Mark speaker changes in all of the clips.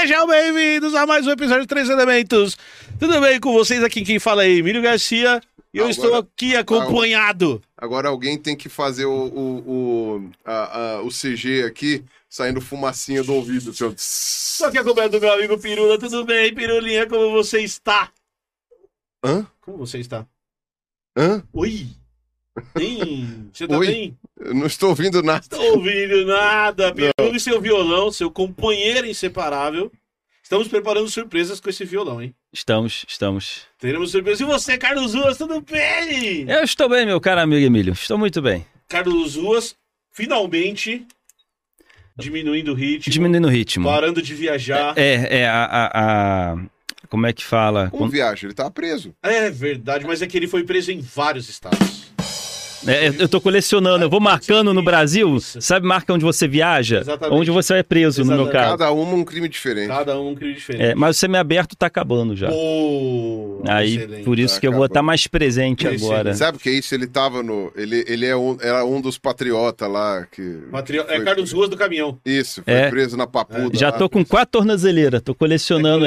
Speaker 1: Sejam bem-vindos a mais um episódio de Três Elementos. Tudo bem com vocês? Aqui quem fala é Emílio Garcia. E eu
Speaker 2: Agora- tá
Speaker 1: estou aqui acompanhado.
Speaker 2: Agora alguém tem que fazer o, o, o, a- a- o CG aqui, saindo fumacinha do ouvido. Assim, ó. Tss.
Speaker 1: Estou aqui acompanhado do meu amigo Pirula. Tudo bem, Pirulinha? Como você está?
Speaker 2: Hã?
Speaker 1: Como você está?
Speaker 2: Hã?
Speaker 1: Oi! Sim, você tá
Speaker 2: Oi?
Speaker 1: bem?
Speaker 2: Eu não estou ouvindo nada.
Speaker 1: Estou ouvindo nada, Pirula e seu violão, seu companheiro inseparável. Estamos preparando surpresas com esse violão, hein?
Speaker 3: Estamos, estamos.
Speaker 1: Teremos surpresas. E você, Carlos Ruas, tudo bem?
Speaker 3: Eu estou bem, meu caro amigo Emílio. Estou muito bem.
Speaker 1: Carlos Ruas, finalmente diminuindo o ritmo,
Speaker 3: Diminuindo o ritmo.
Speaker 1: parando de viajar. É,
Speaker 3: É, é a, a- a- Como é que fala?
Speaker 2: Como viaja? Ele tá preso.
Speaker 1: verdade, mas é que ele foi preso em vários estados.
Speaker 3: É, é, eu tô colecionando, eu vou marcando no Brasil. Sabe, marca onde você viaja?
Speaker 1: Exatamente.
Speaker 3: Onde você é preso, no meu
Speaker 1: Exatamente.
Speaker 3: caso.
Speaker 2: Cada uma um crime diferente.
Speaker 1: Cada um um crime diferente.
Speaker 3: É, mas o semi-aberto tá acabando já.
Speaker 1: Pô,
Speaker 3: Aí,
Speaker 1: excelente. tá
Speaker 3: por isso que eu vou
Speaker 2: acabando.
Speaker 3: estar mais presente
Speaker 1: Excelente.
Speaker 3: agora.
Speaker 2: Sabe o que é isso? Ele tava no. Ele, ele é um, era um dos patriota lá que.
Speaker 1: Matrio- É
Speaker 2: foi-
Speaker 1: Carlos Ruas do Caminhão.
Speaker 2: Isso, foi
Speaker 3: É.
Speaker 2: preso na papuda.
Speaker 3: Já
Speaker 2: lá.
Speaker 3: tô com quatro tornozeleiras, tô colecionando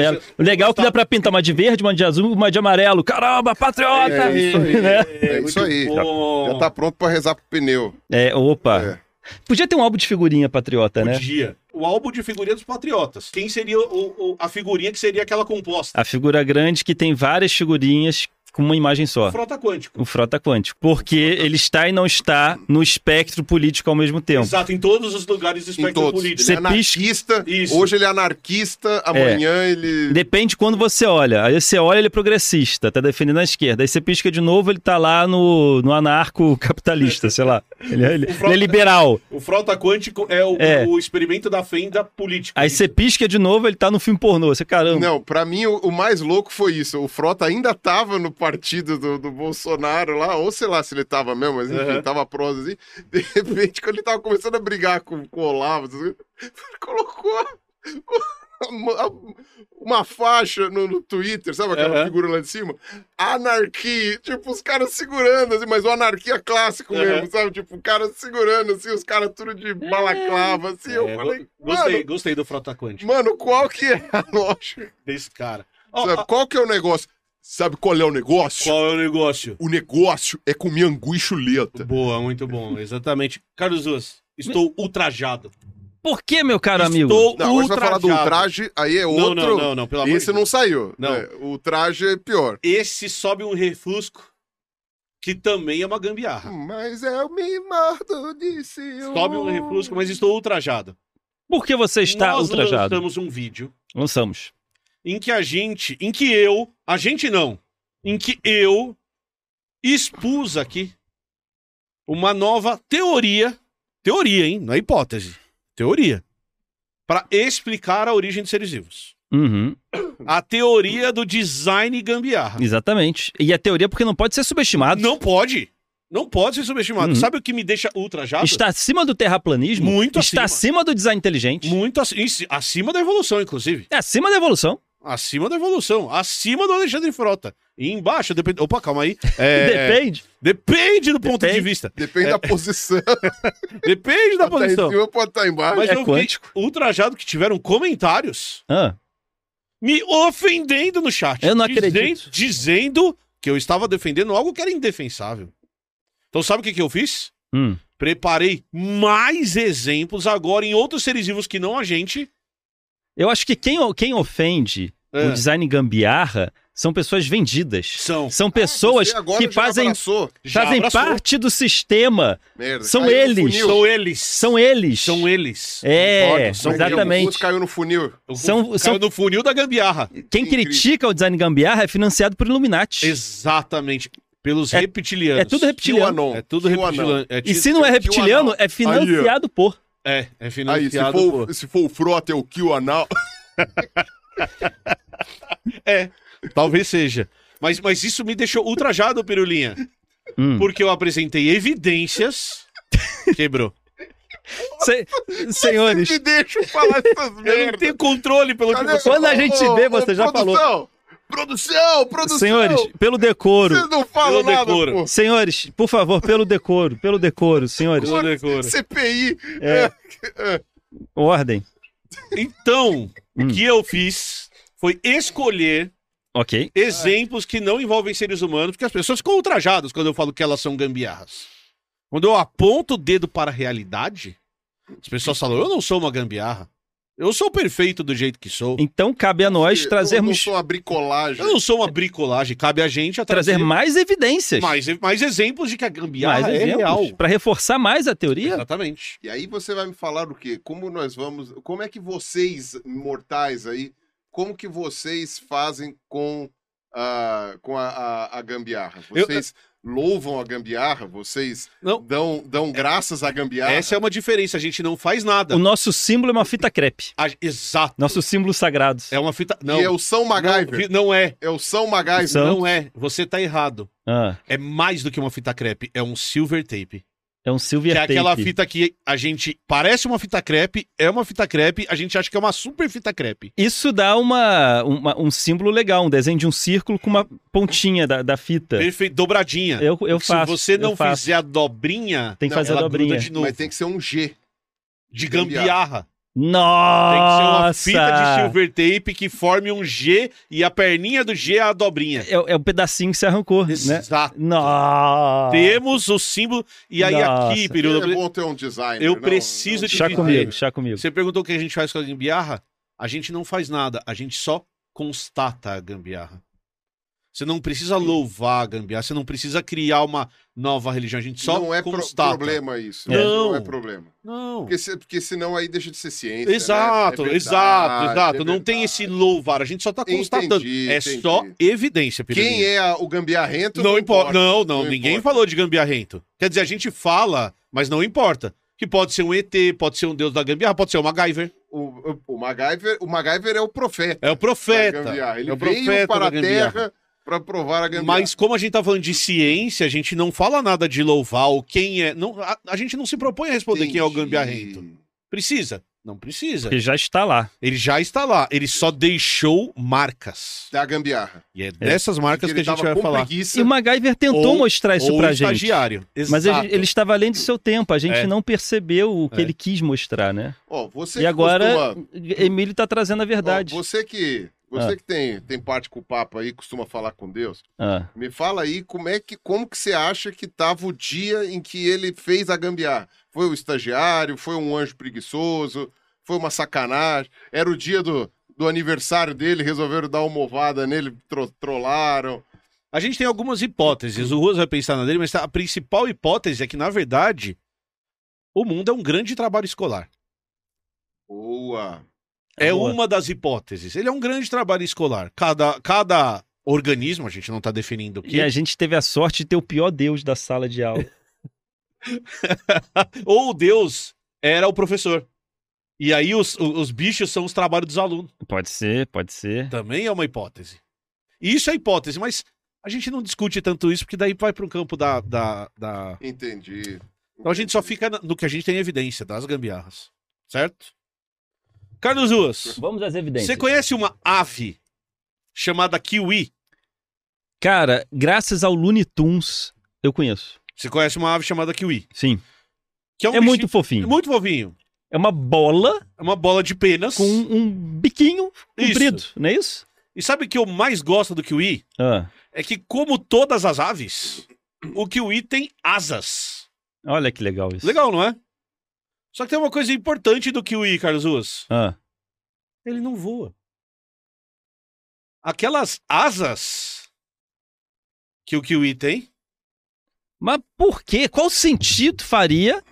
Speaker 1: tá? É que
Speaker 3: ela.
Speaker 1: colecion-
Speaker 3: O legal é que dá pra pintar uma de verde, uma de azul, uma de amarelo. Caramba, patriota!
Speaker 2: É isso aí.
Speaker 3: né?
Speaker 2: É isso aí. Já tá pronto pra rezar pro pneu.
Speaker 3: É, opa.
Speaker 2: É.
Speaker 3: Podia ter um álbum de figurinha patriota, né?
Speaker 1: Podia. O álbum de figurinha dos Patriotas. Quem seria o- o- a figurinha que seria aquela composta?
Speaker 3: A figura grande que tem várias figurinhas com uma imagem só.
Speaker 1: Frota Quântico.
Speaker 3: O Frota Quântico. Porque ele está e não está no espectro político ao mesmo tempo.
Speaker 1: Exato, em todos os lugares do
Speaker 2: Em
Speaker 1: espectro
Speaker 2: todos.
Speaker 1: político.
Speaker 2: Ele é
Speaker 3: Você pisca-
Speaker 2: anarquista.
Speaker 1: Isso.
Speaker 2: Hoje ele é anarquista, amanhã ele.
Speaker 3: Depende quando você olha. Aí você olha, ele é progressista, tá defendendo a esquerda. Aí você pisca de novo, ele tá lá no, no anarco-capitalista, sei lá. Ele, é- ele-
Speaker 1: O Frota-
Speaker 3: ele é liberal.
Speaker 1: O Frota Quântico é o,
Speaker 3: É.
Speaker 1: o experimento da fenda política.
Speaker 3: Aí você pisca de novo, ele tá no filme pornô. Você, caramba.
Speaker 2: Não, pra mim o, o mais louco foi isso. O Frota ainda tava no partido do, do Bolsonaro lá, ou sei lá se ele tava mesmo, mas enfim,
Speaker 1: Aham.
Speaker 2: tava prosa assim. De repente, quando ele tava começando a brigar com, com o Olavo, essas coisas, ele colocou a- uma, uma faixa no, no Twitter, sabe aquela
Speaker 1: Aham.
Speaker 2: figura lá de cima? Anarquia, tipo, os caras segurando, assim, mas o anarquia clássico
Speaker 1: Aham.
Speaker 2: mesmo, sabe? Tipo, o cara segurando, assim, os caras tudo de balaclava, assim. eu
Speaker 1: É,
Speaker 2: falei,
Speaker 1: go- gostei,
Speaker 2: mano,
Speaker 1: gostei do Frota Quântico,
Speaker 2: mano, qual que é a lógica?
Speaker 1: desse cara. Ó,
Speaker 2: Sabe,
Speaker 1: ó,
Speaker 2: qual que é o negócio? Sabe qual é o negócio?
Speaker 1: qual é o negócio?
Speaker 2: O negócio é comer angu e chuleta.
Speaker 1: Boa, muito bom, exatamente. Carlos Ruas, estou ultrajado.
Speaker 3: Por que, meu caro amigo?
Speaker 1: Estou
Speaker 2: Não, hoje vai falar
Speaker 1: ultrajado.
Speaker 2: do ultraje, aí é
Speaker 1: Não,
Speaker 2: outro.
Speaker 1: não, não, não, pelo amor
Speaker 2: Esse
Speaker 1: de
Speaker 2: não
Speaker 1: Deus.
Speaker 2: saiu.
Speaker 1: Não.
Speaker 2: É, o traje é pior.
Speaker 1: Esse sobe um refusco, que também é uma gambiarra.
Speaker 2: Mas é o mimado de Sião.
Speaker 1: Sobe um refusco, mas estou ultrajado.
Speaker 3: Por que você está
Speaker 1: Nós
Speaker 3: ultrajado?
Speaker 1: lançamos um vídeo
Speaker 3: Lançamos.
Speaker 1: em que a gente, em que eu, a gente não, em que eu expus aqui uma nova teoria, teoria, hein, não é hipótese, teoria, para explicar a origem dos seres vivos.
Speaker 3: Uhum,
Speaker 1: A teoria do design gambiarra.
Speaker 3: exatamente. E a teoria, porque não pode ser subestimado.
Speaker 1: Não pode, não pode ser subestimado.
Speaker 3: Uhum.
Speaker 1: Sabe o que me deixa ultrajado?
Speaker 3: Está acima do terraplanismo.
Speaker 1: Muito
Speaker 3: Está
Speaker 1: acima.
Speaker 3: acima do design inteligente.
Speaker 1: muito ac- em- acima da evolução, inclusive.
Speaker 3: É acima da evolução.
Speaker 1: Acima da evolução, acima do Alexandre Frota. E embaixo, depende. Opa, calma aí. É,
Speaker 3: Depende.
Speaker 1: Depende do ponto
Speaker 3: Depende.
Speaker 1: de vista.
Speaker 2: Depende da posição.
Speaker 1: Depende da
Speaker 2: Tá em
Speaker 1: posição.
Speaker 2: cima pode estar embaixo.
Speaker 1: então. Mas
Speaker 3: É
Speaker 1: eu fiquei
Speaker 3: quântico.
Speaker 1: ultrajado que tiveram comentários
Speaker 3: Ah,
Speaker 1: me ofendendo no chat.
Speaker 3: Eu não
Speaker 1: Dizen-
Speaker 3: acredito.
Speaker 1: Dizendo que eu estava defendendo algo que era indefensável. Então sabe o que, que eu fiz?
Speaker 3: hum.
Speaker 1: Preparei mais exemplos agora em outros seres vivos que não a gente.
Speaker 3: Eu acho que quem, quem ofende
Speaker 1: É.
Speaker 3: o design gambiarra são pessoas vendidas.
Speaker 1: São.
Speaker 3: São pessoas
Speaker 2: Você agora
Speaker 3: que
Speaker 2: já
Speaker 3: fazem,
Speaker 2: abraçou.
Speaker 1: Já
Speaker 3: fazem
Speaker 1: abraçou.
Speaker 3: parte do sistema.
Speaker 2: Merda,
Speaker 3: São
Speaker 2: caiu no
Speaker 3: eles.
Speaker 2: funil.
Speaker 1: São eles.
Speaker 3: São eles.
Speaker 1: São eles.
Speaker 3: É,
Speaker 2: Concordo, São eles. O
Speaker 3: exatamente.
Speaker 2: outro Caiu no funil.
Speaker 1: O-
Speaker 3: São-
Speaker 1: caiu
Speaker 3: são-
Speaker 1: no funil da gambiarra.
Speaker 3: Quem
Speaker 2: Incrível.
Speaker 3: critica o design gambiarra é financiado por Illuminati.
Speaker 1: Exatamente. Pelos
Speaker 3: É-
Speaker 1: reptilianos.
Speaker 3: É tudo reptiliano.
Speaker 2: QAnon.
Speaker 1: É tudo
Speaker 2: QAnon.
Speaker 1: reptiliano. É,
Speaker 3: E
Speaker 1: ti-
Speaker 3: se não
Speaker 2: Tio
Speaker 3: é reptiliano,
Speaker 2: Anão.
Speaker 3: é financiado por.
Speaker 1: é, é
Speaker 2: Aí, se
Speaker 1: financiado por...
Speaker 2: for, se for o Frota, é o Kill Anal.
Speaker 1: Talvez seja. Mas, mas isso me deixou ultrajado, Pirulinha.
Speaker 3: Hum.
Speaker 1: Porque eu apresentei evidências. Quebrou.
Speaker 3: Se- Senhores,
Speaker 2: Me deixam falar essas
Speaker 1: Eu não
Speaker 2: merdas.
Speaker 1: tenho controle pelo que
Speaker 2: Cadê-
Speaker 1: você.
Speaker 3: Quando a gente
Speaker 2: Ô,
Speaker 3: vê,
Speaker 2: ô,
Speaker 3: você já
Speaker 2: produção,
Speaker 3: falou.
Speaker 2: Produção, produção.
Speaker 3: senhores, pelo decoro.
Speaker 2: Vocês não falam
Speaker 1: Pelo
Speaker 2: nada,
Speaker 1: decoro.
Speaker 2: pô.
Speaker 3: Senhores, por favor, pelo decoro, pelo decoro, senhores.
Speaker 1: Pelo decoro.
Speaker 2: CPI.
Speaker 3: É. Ordem.
Speaker 1: Então,
Speaker 3: Hum.
Speaker 1: o que eu fiz foi escolher
Speaker 3: Ok.
Speaker 1: exemplos que não envolvem seres humanos, porque as pessoas ficam ultrajadas quando eu falo que elas são gambiarras. Quando eu aponto o dedo para a realidade, as pessoas falam: eu não sou uma gambiarra. Eu sou perfeito do jeito que sou.
Speaker 3: Então cabe a nós
Speaker 2: Eu não
Speaker 3: trazermos
Speaker 2: sou a bricolagem.
Speaker 1: Eu não sou uma bricolagem. Cabe a gente a
Speaker 3: trazer
Speaker 1: trazer,
Speaker 3: mais evidências.
Speaker 1: mais, mais exemplos de que a gambiarra é real.
Speaker 3: Para reforçar mais a teoria?
Speaker 1: Exatamente.
Speaker 2: E aí você vai me falar o quê? Como nós vamos. Como é que vocês, mortais aí, como que vocês fazem com, ah, com a, a- a gambiarra?
Speaker 1: Eu-
Speaker 2: Vocês louvam a gambiarra? Vocês
Speaker 1: Não.
Speaker 2: dão, dão graças à gambiarra?
Speaker 1: Essa é uma diferença. A gente não faz nada.
Speaker 3: O nosso símbolo é uma fita crepe.
Speaker 1: A- Exato.
Speaker 3: Nosso símbolo sagrado.
Speaker 1: É uma fita. Não.
Speaker 2: E é o São
Speaker 1: não,
Speaker 2: MacGyver.
Speaker 1: vi- não é.
Speaker 2: É o São MacGyver.
Speaker 3: São-
Speaker 1: Não é. Você tá errado.
Speaker 3: Ah,
Speaker 1: É mais do que uma fita crepe. É um silver tape.
Speaker 3: é um
Speaker 1: Que
Speaker 3: silver
Speaker 1: é
Speaker 3: tape.
Speaker 1: aquela fita que a gente parece uma fita crepe, é uma fita crepe, a gente acha que é uma super fita crepe.
Speaker 3: Isso dá uma, uma- um símbolo legal, um desenho de um círculo com uma pontinha da, da fita.
Speaker 1: Perfeito, dobradinha.
Speaker 3: É. Eu, eu
Speaker 1: Se
Speaker 3: faço.
Speaker 1: você não
Speaker 3: eu faço.
Speaker 1: fizer a dobrinha,
Speaker 3: Tem que
Speaker 1: não,
Speaker 3: fazer a
Speaker 1: ela
Speaker 3: dobrinha.
Speaker 1: gruda de novo.
Speaker 2: Mas tem que ser um G.
Speaker 1: De
Speaker 2: gambiarra.
Speaker 1: gambiarra.
Speaker 3: Nossa!
Speaker 1: Tem que ser uma fita de silver tape que forme um G e a perninha do G é a dobrinha.
Speaker 3: É, é o pedacinho que se arrancou, né?
Speaker 1: Exato.
Speaker 3: Nossa!
Speaker 1: Temos o símbolo. E aí,
Speaker 3: Nossa.
Speaker 1: aqui,
Speaker 2: É
Speaker 1: Pirula,
Speaker 2: bom ter um design.
Speaker 1: eu preciso de
Speaker 3: Chá
Speaker 1: fita
Speaker 3: comigo,
Speaker 1: tape.
Speaker 3: chá comigo.
Speaker 1: você perguntou o que a gente faz com a gambiarra? A gente não faz nada, a gente só constata a gambiarra. Você não precisa louvar a gambiarra, você não precisa criar uma nova religião, a gente só
Speaker 2: não é pro-
Speaker 1: constata.
Speaker 2: problema isso.
Speaker 1: É.
Speaker 2: Não é
Speaker 1: Não.
Speaker 2: problema.
Speaker 1: Não.
Speaker 2: Porque, se- porque senão aí deixa de ser ciência. né?
Speaker 1: Exato,
Speaker 2: É verdade,
Speaker 1: exato,
Speaker 2: é
Speaker 1: exato. não tem
Speaker 2: verdade.
Speaker 1: esse louvar, a gente só tá constatando.
Speaker 2: Entendi,
Speaker 1: é
Speaker 2: entendi.
Speaker 1: só evidência, Pirulinha.
Speaker 2: Quem é a- o gambiarrento?
Speaker 1: Não, importa. Não, não, ninguém
Speaker 2: importa.
Speaker 1: falou de gambiarrento. Quer dizer, a gente fala, mas não importa. Que pode ser um ET, pode ser um deus da gambiarra, pode ser um MacGyver.
Speaker 2: O, o- o, MacGyver, o MacGyver é o profeta.
Speaker 1: É o
Speaker 2: da
Speaker 1: profeta.
Speaker 2: gambiarra. Ele
Speaker 1: é o
Speaker 2: veio
Speaker 1: profeta
Speaker 2: para
Speaker 1: da
Speaker 2: a
Speaker 1: gambiarra.
Speaker 2: terra para provar a gambiarra.
Speaker 1: Mas como a gente tá falando de ciência, a gente não fala nada de louvar ou quem é. Não, a, a gente não se propõe a responder quem é o gambiarrento. Precisa? Não precisa.
Speaker 3: Porque já está lá.
Speaker 1: Ele já está lá. Ele só deixou marcas.
Speaker 2: Da gambiarra.
Speaker 1: E é dessas marcas
Speaker 2: Porque
Speaker 1: que a gente
Speaker 2: ele
Speaker 1: vai
Speaker 2: tava com
Speaker 1: falar.
Speaker 2: preguiça.
Speaker 3: E o MacGyver tentou
Speaker 1: Ou-
Speaker 3: mostrar isso
Speaker 1: Ou
Speaker 3: pra gente.
Speaker 1: estagiário.
Speaker 3: Mas
Speaker 1: Exato.
Speaker 3: ele, ele estava além do seu tempo, a gente
Speaker 1: É.
Speaker 3: não percebeu o que
Speaker 1: É.
Speaker 3: ele quis mostrar, né?
Speaker 2: Ó, você
Speaker 3: e
Speaker 2: que
Speaker 3: agora,
Speaker 2: costuma-
Speaker 3: Emílio tá trazendo a
Speaker 2: ó,
Speaker 3: verdade.
Speaker 2: você que, você
Speaker 3: Ah.
Speaker 2: que tem, tem parte com o papo aí, costuma falar com Deus,
Speaker 3: Ah.
Speaker 2: me fala aí como é que, como que você acha que tava o dia em que ele fez a gambiarra? Foi o estagiário? Foi um anjo preguiçoso? Foi uma sacanagem? Era o dia do, do aniversário dele, resolveram dar uma movada nele, tro- trollaram.
Speaker 1: A gente tem algumas hipóteses. O Ruas vai pensar na dele, mas tá, a principal hipótese é que, na verdade, o mundo é um grande trabalho escolar.
Speaker 2: Boa.
Speaker 1: É
Speaker 3: Boa.
Speaker 1: uma das hipóteses. Ele é um grande trabalho escolar. Cada, cada organismo, a gente não está definindo o que.
Speaker 3: E a gente teve a sorte de ter o pior Deus da sala de aula.
Speaker 1: Ou Deus era o professor. E aí os, o- os bichos são os trabalhos dos alunos.
Speaker 3: pode ser, pode ser.
Speaker 1: Também é uma hipótese. E Isso é hipótese, mas a gente não discute tanto isso, porque daí vai para o campo da, da, da-
Speaker 2: Entendi.
Speaker 1: Então a gente só fica na- no que a gente tem evidência, das gambiarras. Certo? Carlos Ruas,
Speaker 3: Vamos às evidências.
Speaker 1: você conhece uma ave chamada kiwi?
Speaker 3: Cara, graças ao Looney Tunes, eu conheço.
Speaker 1: Você conhece uma ave chamada kiwi?
Speaker 3: Sim.
Speaker 1: Que um
Speaker 3: É muito
Speaker 1: bichinho-
Speaker 3: fofinho.
Speaker 1: é muito fofinho.
Speaker 3: É uma bola
Speaker 1: É uma bola de penas.
Speaker 3: com um biquinho
Speaker 1: Isso.
Speaker 3: comprido, não é isso?
Speaker 1: E sabe o que eu mais gosto do kiwi?
Speaker 3: Ah,
Speaker 1: é que, como todas as aves, o kiwi tem asas.
Speaker 3: olha que legal isso.
Speaker 1: Legal, não é? Só que tem uma coisa importante do kiwi, Carlos Ruas.
Speaker 3: Ah,
Speaker 1: Ele não voa. Aquelas asas que o kiwi tem,
Speaker 3: Mas por quê? Qual sentido faria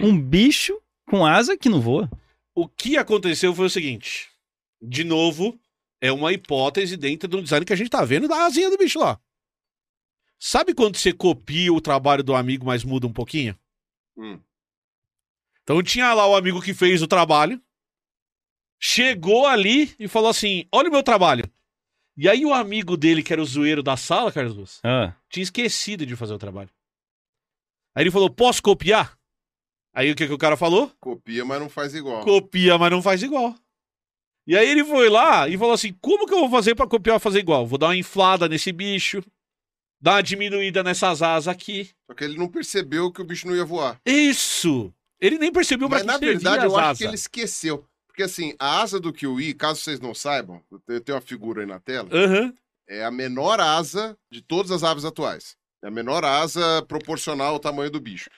Speaker 3: um bicho com asa que não voa?
Speaker 1: o que aconteceu foi o seguinte. De novo, é uma hipótese dentro do design que a gente tá vendo da asinha do bicho lá. Sabe quando você copia o trabalho do amigo, mas muda um pouquinho?
Speaker 2: Hum.
Speaker 1: Então tinha lá o amigo que fez o trabalho, chegou ali e falou assim: Olha o meu trabalho. E aí o amigo dele, que era o zoeiro da sala, Carlos Luz,
Speaker 3: Ah,
Speaker 1: tinha esquecido de fazer o trabalho. Aí ele falou, posso copiar? Aí o que, que o cara falou?
Speaker 2: Copia, mas não faz igual.
Speaker 1: Copia, mas não faz igual. E aí ele foi lá e falou assim: como que eu vou fazer pra copiar e fazer igual? Vou dar uma inflada nesse bicho, dar uma diminuída nessas asas aqui.
Speaker 2: Só que ele não percebeu que o bicho não ia voar.
Speaker 1: Isso! Ele nem percebeu pra
Speaker 2: Mas
Speaker 1: que
Speaker 2: na
Speaker 1: servia
Speaker 2: verdade, eu
Speaker 1: as
Speaker 2: acho que ele
Speaker 1: asas.
Speaker 2: esqueceu. Porque assim, a asa do Kiwi, caso vocês não saibam, eu tenho- eu tenho uma figura aí na tela,
Speaker 1: Aham.
Speaker 2: é a menor asa de todas as aves atuais. É a menor asa proporcional ao tamanho do bicho.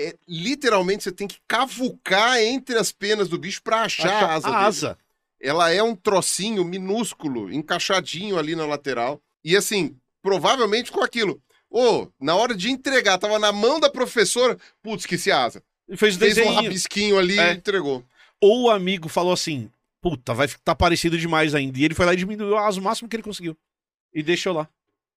Speaker 2: É, literalmente, você tem que cavucar entre as penas do bicho pra achar a asa dele. Ela é um trocinho minúsculo, encaixadinho ali na lateral. E assim, provavelmente com aquilo. Ô, na hora de entregar, tava na mão da professora. Putz, esqueci a asa.
Speaker 1: Ele fez o
Speaker 2: Fez um
Speaker 1: desenho.
Speaker 2: rabisquinho ali
Speaker 1: É.
Speaker 2: e entregou.
Speaker 1: Ou o amigo falou assim: puta, vai ficar parecido demais ainda. E ele foi lá e diminuiu a asa o máximo que ele conseguiu. E deixou lá.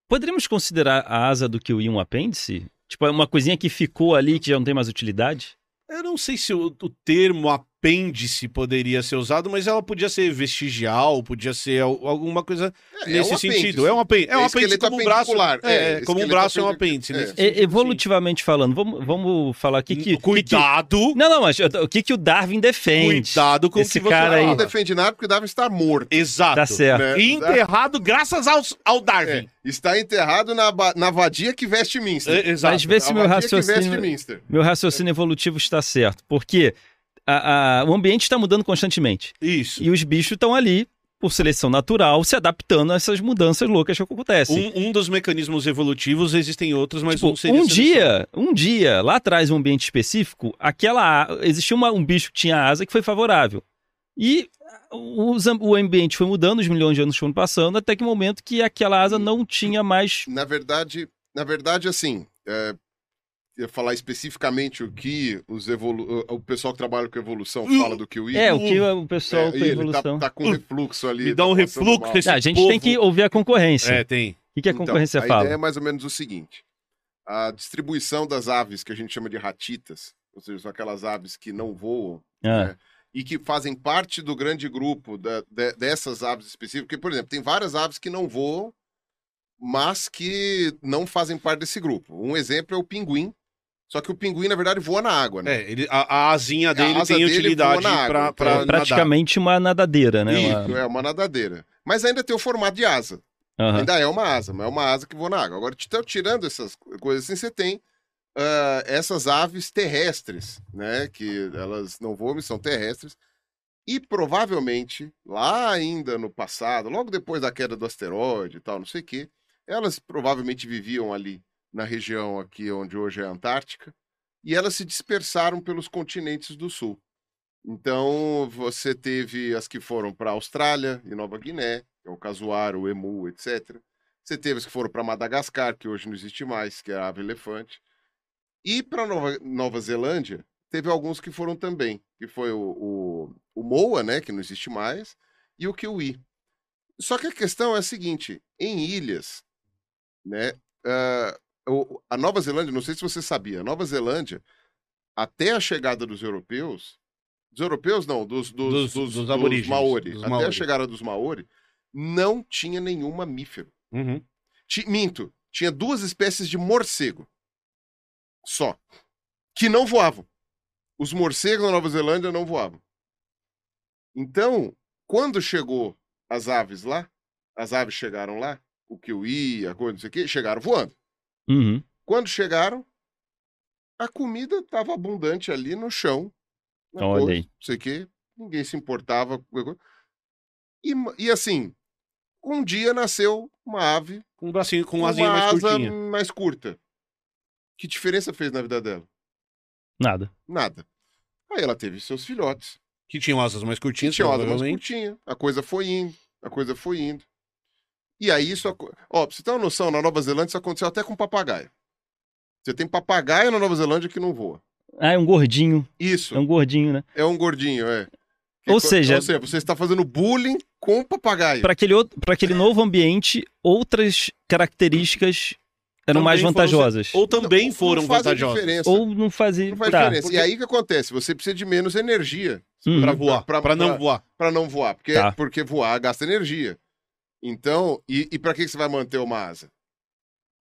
Speaker 3: poderíamos considerar a asa do Kiwi um apêndice? Tipo, é uma coisinha que ficou ali que já não tem mais utilidade?
Speaker 1: Eu não sei se o, o termo apêndice poderia ser usado, mas ela podia ser vestigial, podia ser al- alguma coisa
Speaker 2: É, é
Speaker 1: nesse
Speaker 2: um
Speaker 1: sentido.
Speaker 2: apêndice.
Speaker 1: É um apêndice, é um
Speaker 2: É
Speaker 1: apêndice
Speaker 2: esqueleto
Speaker 1: como um braço.
Speaker 2: apendicular.
Speaker 1: É,
Speaker 2: É,
Speaker 1: como um
Speaker 2: esqueleto
Speaker 1: braço é um
Speaker 2: apendicu-
Speaker 1: apêndice. nesse
Speaker 2: é.
Speaker 3: E-
Speaker 1: sentido, sim. Hum,
Speaker 3: evolutivamente falando, vamos, vamos falar aqui que. que-
Speaker 1: Cuidado,
Speaker 3: que- não, não, mas o que, que o Darwin defende?
Speaker 1: cuidado com o
Speaker 3: Esse
Speaker 1: que você
Speaker 3: cara aí.
Speaker 2: Não
Speaker 1: fala.
Speaker 2: defende nada porque deve estar morto.
Speaker 1: Exato.
Speaker 3: Tá certo.
Speaker 2: né?
Speaker 1: E enterrado graças ao, ao
Speaker 2: É,
Speaker 1: Darwin.
Speaker 2: está enterrado na, ba- na vadia que veste Minster.
Speaker 1: É, exato.
Speaker 3: Mas vê se
Speaker 2: A
Speaker 3: meu
Speaker 2: vadia que veste
Speaker 3: raciocínio.
Speaker 2: Minster.
Speaker 3: Meu raciocínio evolutivo está certo, porque a- a- o ambiente está mudando constantemente.
Speaker 2: É,
Speaker 1: Isso.
Speaker 3: E os bichos estão ali, por seleção natural, se adaptando a essas mudanças loucas que
Speaker 2: Uh,
Speaker 3: acontecem.
Speaker 1: Um, um dos mecanismos evolutivos, existem outros, mas
Speaker 3: assim, Tipo,
Speaker 1: um seria
Speaker 3: um
Speaker 1: seleção.
Speaker 3: dia, um dia, lá atrás, em um ambiente específico, aquela a- existia uma- um bicho que tinha asa que foi favorável. E os am- o ambiente foi mudando, os milhões de anos foram passando, até que o momento que aquela asa não tinha mais.
Speaker 2: Na verdade, na verdade, assim, é, eu ia falar especificamente o que os evolu o pessoal que trabalha com evolução
Speaker 1: Uh,
Speaker 2: fala do Kiwi.
Speaker 3: É, o que o pessoal
Speaker 2: É,
Speaker 3: com
Speaker 2: e
Speaker 3: a
Speaker 2: ele tá,
Speaker 3: evolução.
Speaker 2: tá com refluxo ali.
Speaker 1: Me dá
Speaker 2: tá
Speaker 1: um
Speaker 2: passando
Speaker 1: refluxo
Speaker 2: mal.
Speaker 1: desse
Speaker 3: Ah, a gente
Speaker 1: povo.
Speaker 3: tem que ouvir a concorrência.
Speaker 1: É, tem.
Speaker 3: O que, que a
Speaker 2: Então,
Speaker 3: concorrência fala?
Speaker 2: A ideia é mais ou menos o seguinte: a distribuição das aves que a gente chama de ratitas, ou seja, são aquelas aves que não voam
Speaker 3: Ah,
Speaker 2: né, e que fazem parte do grande grupo da- de- dessas aves específicas. Porque, por exemplo, tem várias aves que não voam, mas que não fazem parte desse grupo. Um exemplo é o pinguim. Só que o pinguim, na verdade, voa na água, né?
Speaker 1: É, ele, a, a asinha dele
Speaker 2: asa
Speaker 1: tem
Speaker 2: dele
Speaker 1: utilidade
Speaker 2: voa na água,
Speaker 1: pra,
Speaker 2: então
Speaker 1: pra
Speaker 2: é
Speaker 1: nadar.
Speaker 3: praticamente uma nadadeira, né? Uma-
Speaker 2: Isso, é uma nadadeira. Mas ainda tem o formato de asa.
Speaker 3: Aham.
Speaker 2: Ainda é uma asa, mas é uma asa que voa na água. Agora, então, tirando essas co- coisas assim, você tem ah, essas aves terrestres, né? Que elas não voam, mas são terrestres. E provavelmente, lá ainda no passado, logo depois da queda do asteroide e tal, não sei o quê, elas provavelmente viviam ali na região aqui onde hoje é a Antártica, e elas se dispersaram pelos continentes do sul. Então, você teve as que foram para a Austrália e Nova Guiné, que é o casuário, o emu, etc. Você teve as que foram para Madagascar, que hoje não existe mais, que é a ave elefante. E para Nova, Nova Zelândia, teve alguns que foram também, que foi o, o, o moa, né, que não existe mais, e o kiwi. Só que a questão é a seguinte, em ilhas, né, ah, o- a Nova Zelândia, não sei se você sabia, a Nova Zelândia, até a chegada dos europeus, dos europeus não, dos,
Speaker 1: Dos-
Speaker 2: dos, dos,
Speaker 1: dos
Speaker 2: dos
Speaker 1: aborígenes,
Speaker 2: maori,
Speaker 1: dos
Speaker 2: até a
Speaker 1: maori.
Speaker 2: chegada dos maori, não tinha nenhum mamífero.
Speaker 1: Uhum.
Speaker 2: Ti- minto, tinha duas espécies de morcego. Só. Que não voavam. Os morcegos na Nova Zelândia não voavam. Então, quando chegou as aves lá, as aves chegaram lá, o kiwi, a coisa, não sei o quê, chegaram voando.
Speaker 3: Uhum.
Speaker 2: Quando chegaram, a comida estava abundante ali no chão. na
Speaker 3: Olha
Speaker 2: coisa,
Speaker 3: aí.
Speaker 2: Não sei o quê. Ninguém se importava. com a coisa. E, e assim, um dia nasceu uma ave
Speaker 1: Com um bracinho, com uma
Speaker 2: uma
Speaker 1: asinha mais
Speaker 2: asa
Speaker 1: curtinha.
Speaker 2: mais curta. Que diferença fez na vida dela?
Speaker 3: Nada.
Speaker 2: Nada. Aí ela teve seus filhotes.
Speaker 1: Que tinham asas mais
Speaker 2: Que
Speaker 1: curtinhas,
Speaker 2: tinha uma asa mais
Speaker 1: provavelmente.
Speaker 2: curtinha. A coisa foi indo, a coisa foi indo. E aí isso... aco- Ó, pra você ter uma noção, na Nova Zelândia isso aconteceu até com papagaio. Você tem papagaio na Nova Zelândia que não voa.
Speaker 3: Ah, é um gordinho.
Speaker 2: Isso,
Speaker 3: É um gordinho, né?
Speaker 2: é um gordinho, é.
Speaker 3: Ou
Speaker 2: co-
Speaker 3: seja-
Speaker 2: Ou seja, você está fazendo bullying com o papagaio.
Speaker 3: Para aquele, outro- pra aquele novo ambiente, outras características eram
Speaker 1: Também
Speaker 3: mais
Speaker 1: foram-
Speaker 3: vantajosas.
Speaker 1: Ou também
Speaker 2: Não-
Speaker 1: foram
Speaker 2: não faz
Speaker 1: vantajosas.
Speaker 2: Diferença.
Speaker 3: Ou não fazia.
Speaker 2: Não faz
Speaker 3: tá.
Speaker 2: diferença. E aí o que acontece? Você precisa de menos energia
Speaker 3: Uhum.
Speaker 1: Pra voar, pra,
Speaker 2: Pra-
Speaker 1: não
Speaker 2: pra-
Speaker 1: voar.
Speaker 2: para não voar, porque
Speaker 3: Tá.
Speaker 2: porque voar gasta energia. Então, e, e para que que você vai manter uma asa?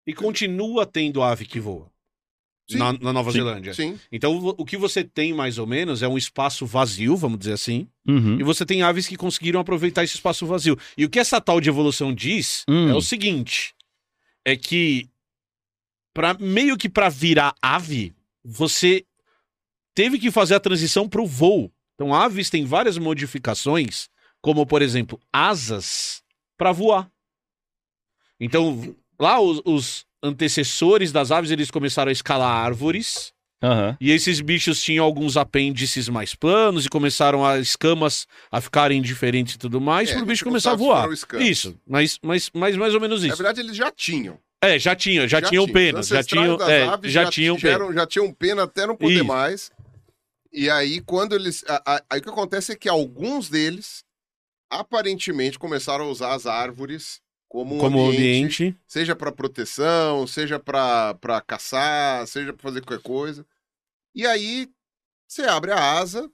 Speaker 1: E continua tendo ave que voa
Speaker 2: Sim.
Speaker 1: na, na Nova
Speaker 3: Sim.
Speaker 1: Zelândia.
Speaker 2: Sim.
Speaker 1: Então, o- o que você tem, mais ou menos, é um espaço vazio, vamos dizer assim.
Speaker 3: Uhum.
Speaker 1: E você tem aves que conseguiram aproveitar esse espaço vazio. E o que essa tal de evolução diz
Speaker 3: Hum.
Speaker 1: é o seguinte: é que para meio que para virar ave, você teve que fazer a transição para o voo. Então, aves têm várias modificações, como por exemplo, asas para voar. Então, lá os, os antecessores das aves, eles começaram a escalar árvores.
Speaker 2: Uhum.
Speaker 3: Aham.
Speaker 1: E esses bichos tinham alguns apêndices mais planos e começaram as escamas a ficarem diferentes e tudo mais,
Speaker 2: É,
Speaker 1: pro
Speaker 2: a
Speaker 1: bicho
Speaker 2: gente não
Speaker 1: começar a
Speaker 2: sabe se
Speaker 1: voar.
Speaker 2: foram escamas.
Speaker 1: Isso, mas, mas, mas mais ou menos
Speaker 2: Na
Speaker 1: isso.
Speaker 2: verdade, eles já tinham.
Speaker 1: É, já tinha, já, tinham
Speaker 2: tinha.
Speaker 1: penas,
Speaker 2: Os
Speaker 1: já
Speaker 2: ancestrais
Speaker 1: tinham,
Speaker 2: das
Speaker 1: é,
Speaker 2: aves
Speaker 1: já tinham pena.
Speaker 2: tiveram- Já tinham pena até não poder
Speaker 1: Isso.
Speaker 2: mais. E aí, quando eles. a- a- aí o que acontece é que alguns deles aparentemente começaram a usar as árvores como um
Speaker 1: como
Speaker 2: ambiente,
Speaker 1: ambiente.
Speaker 2: seja para proteção, seja para caçar, seja para fazer qualquer coisa. E aí você abre a asa,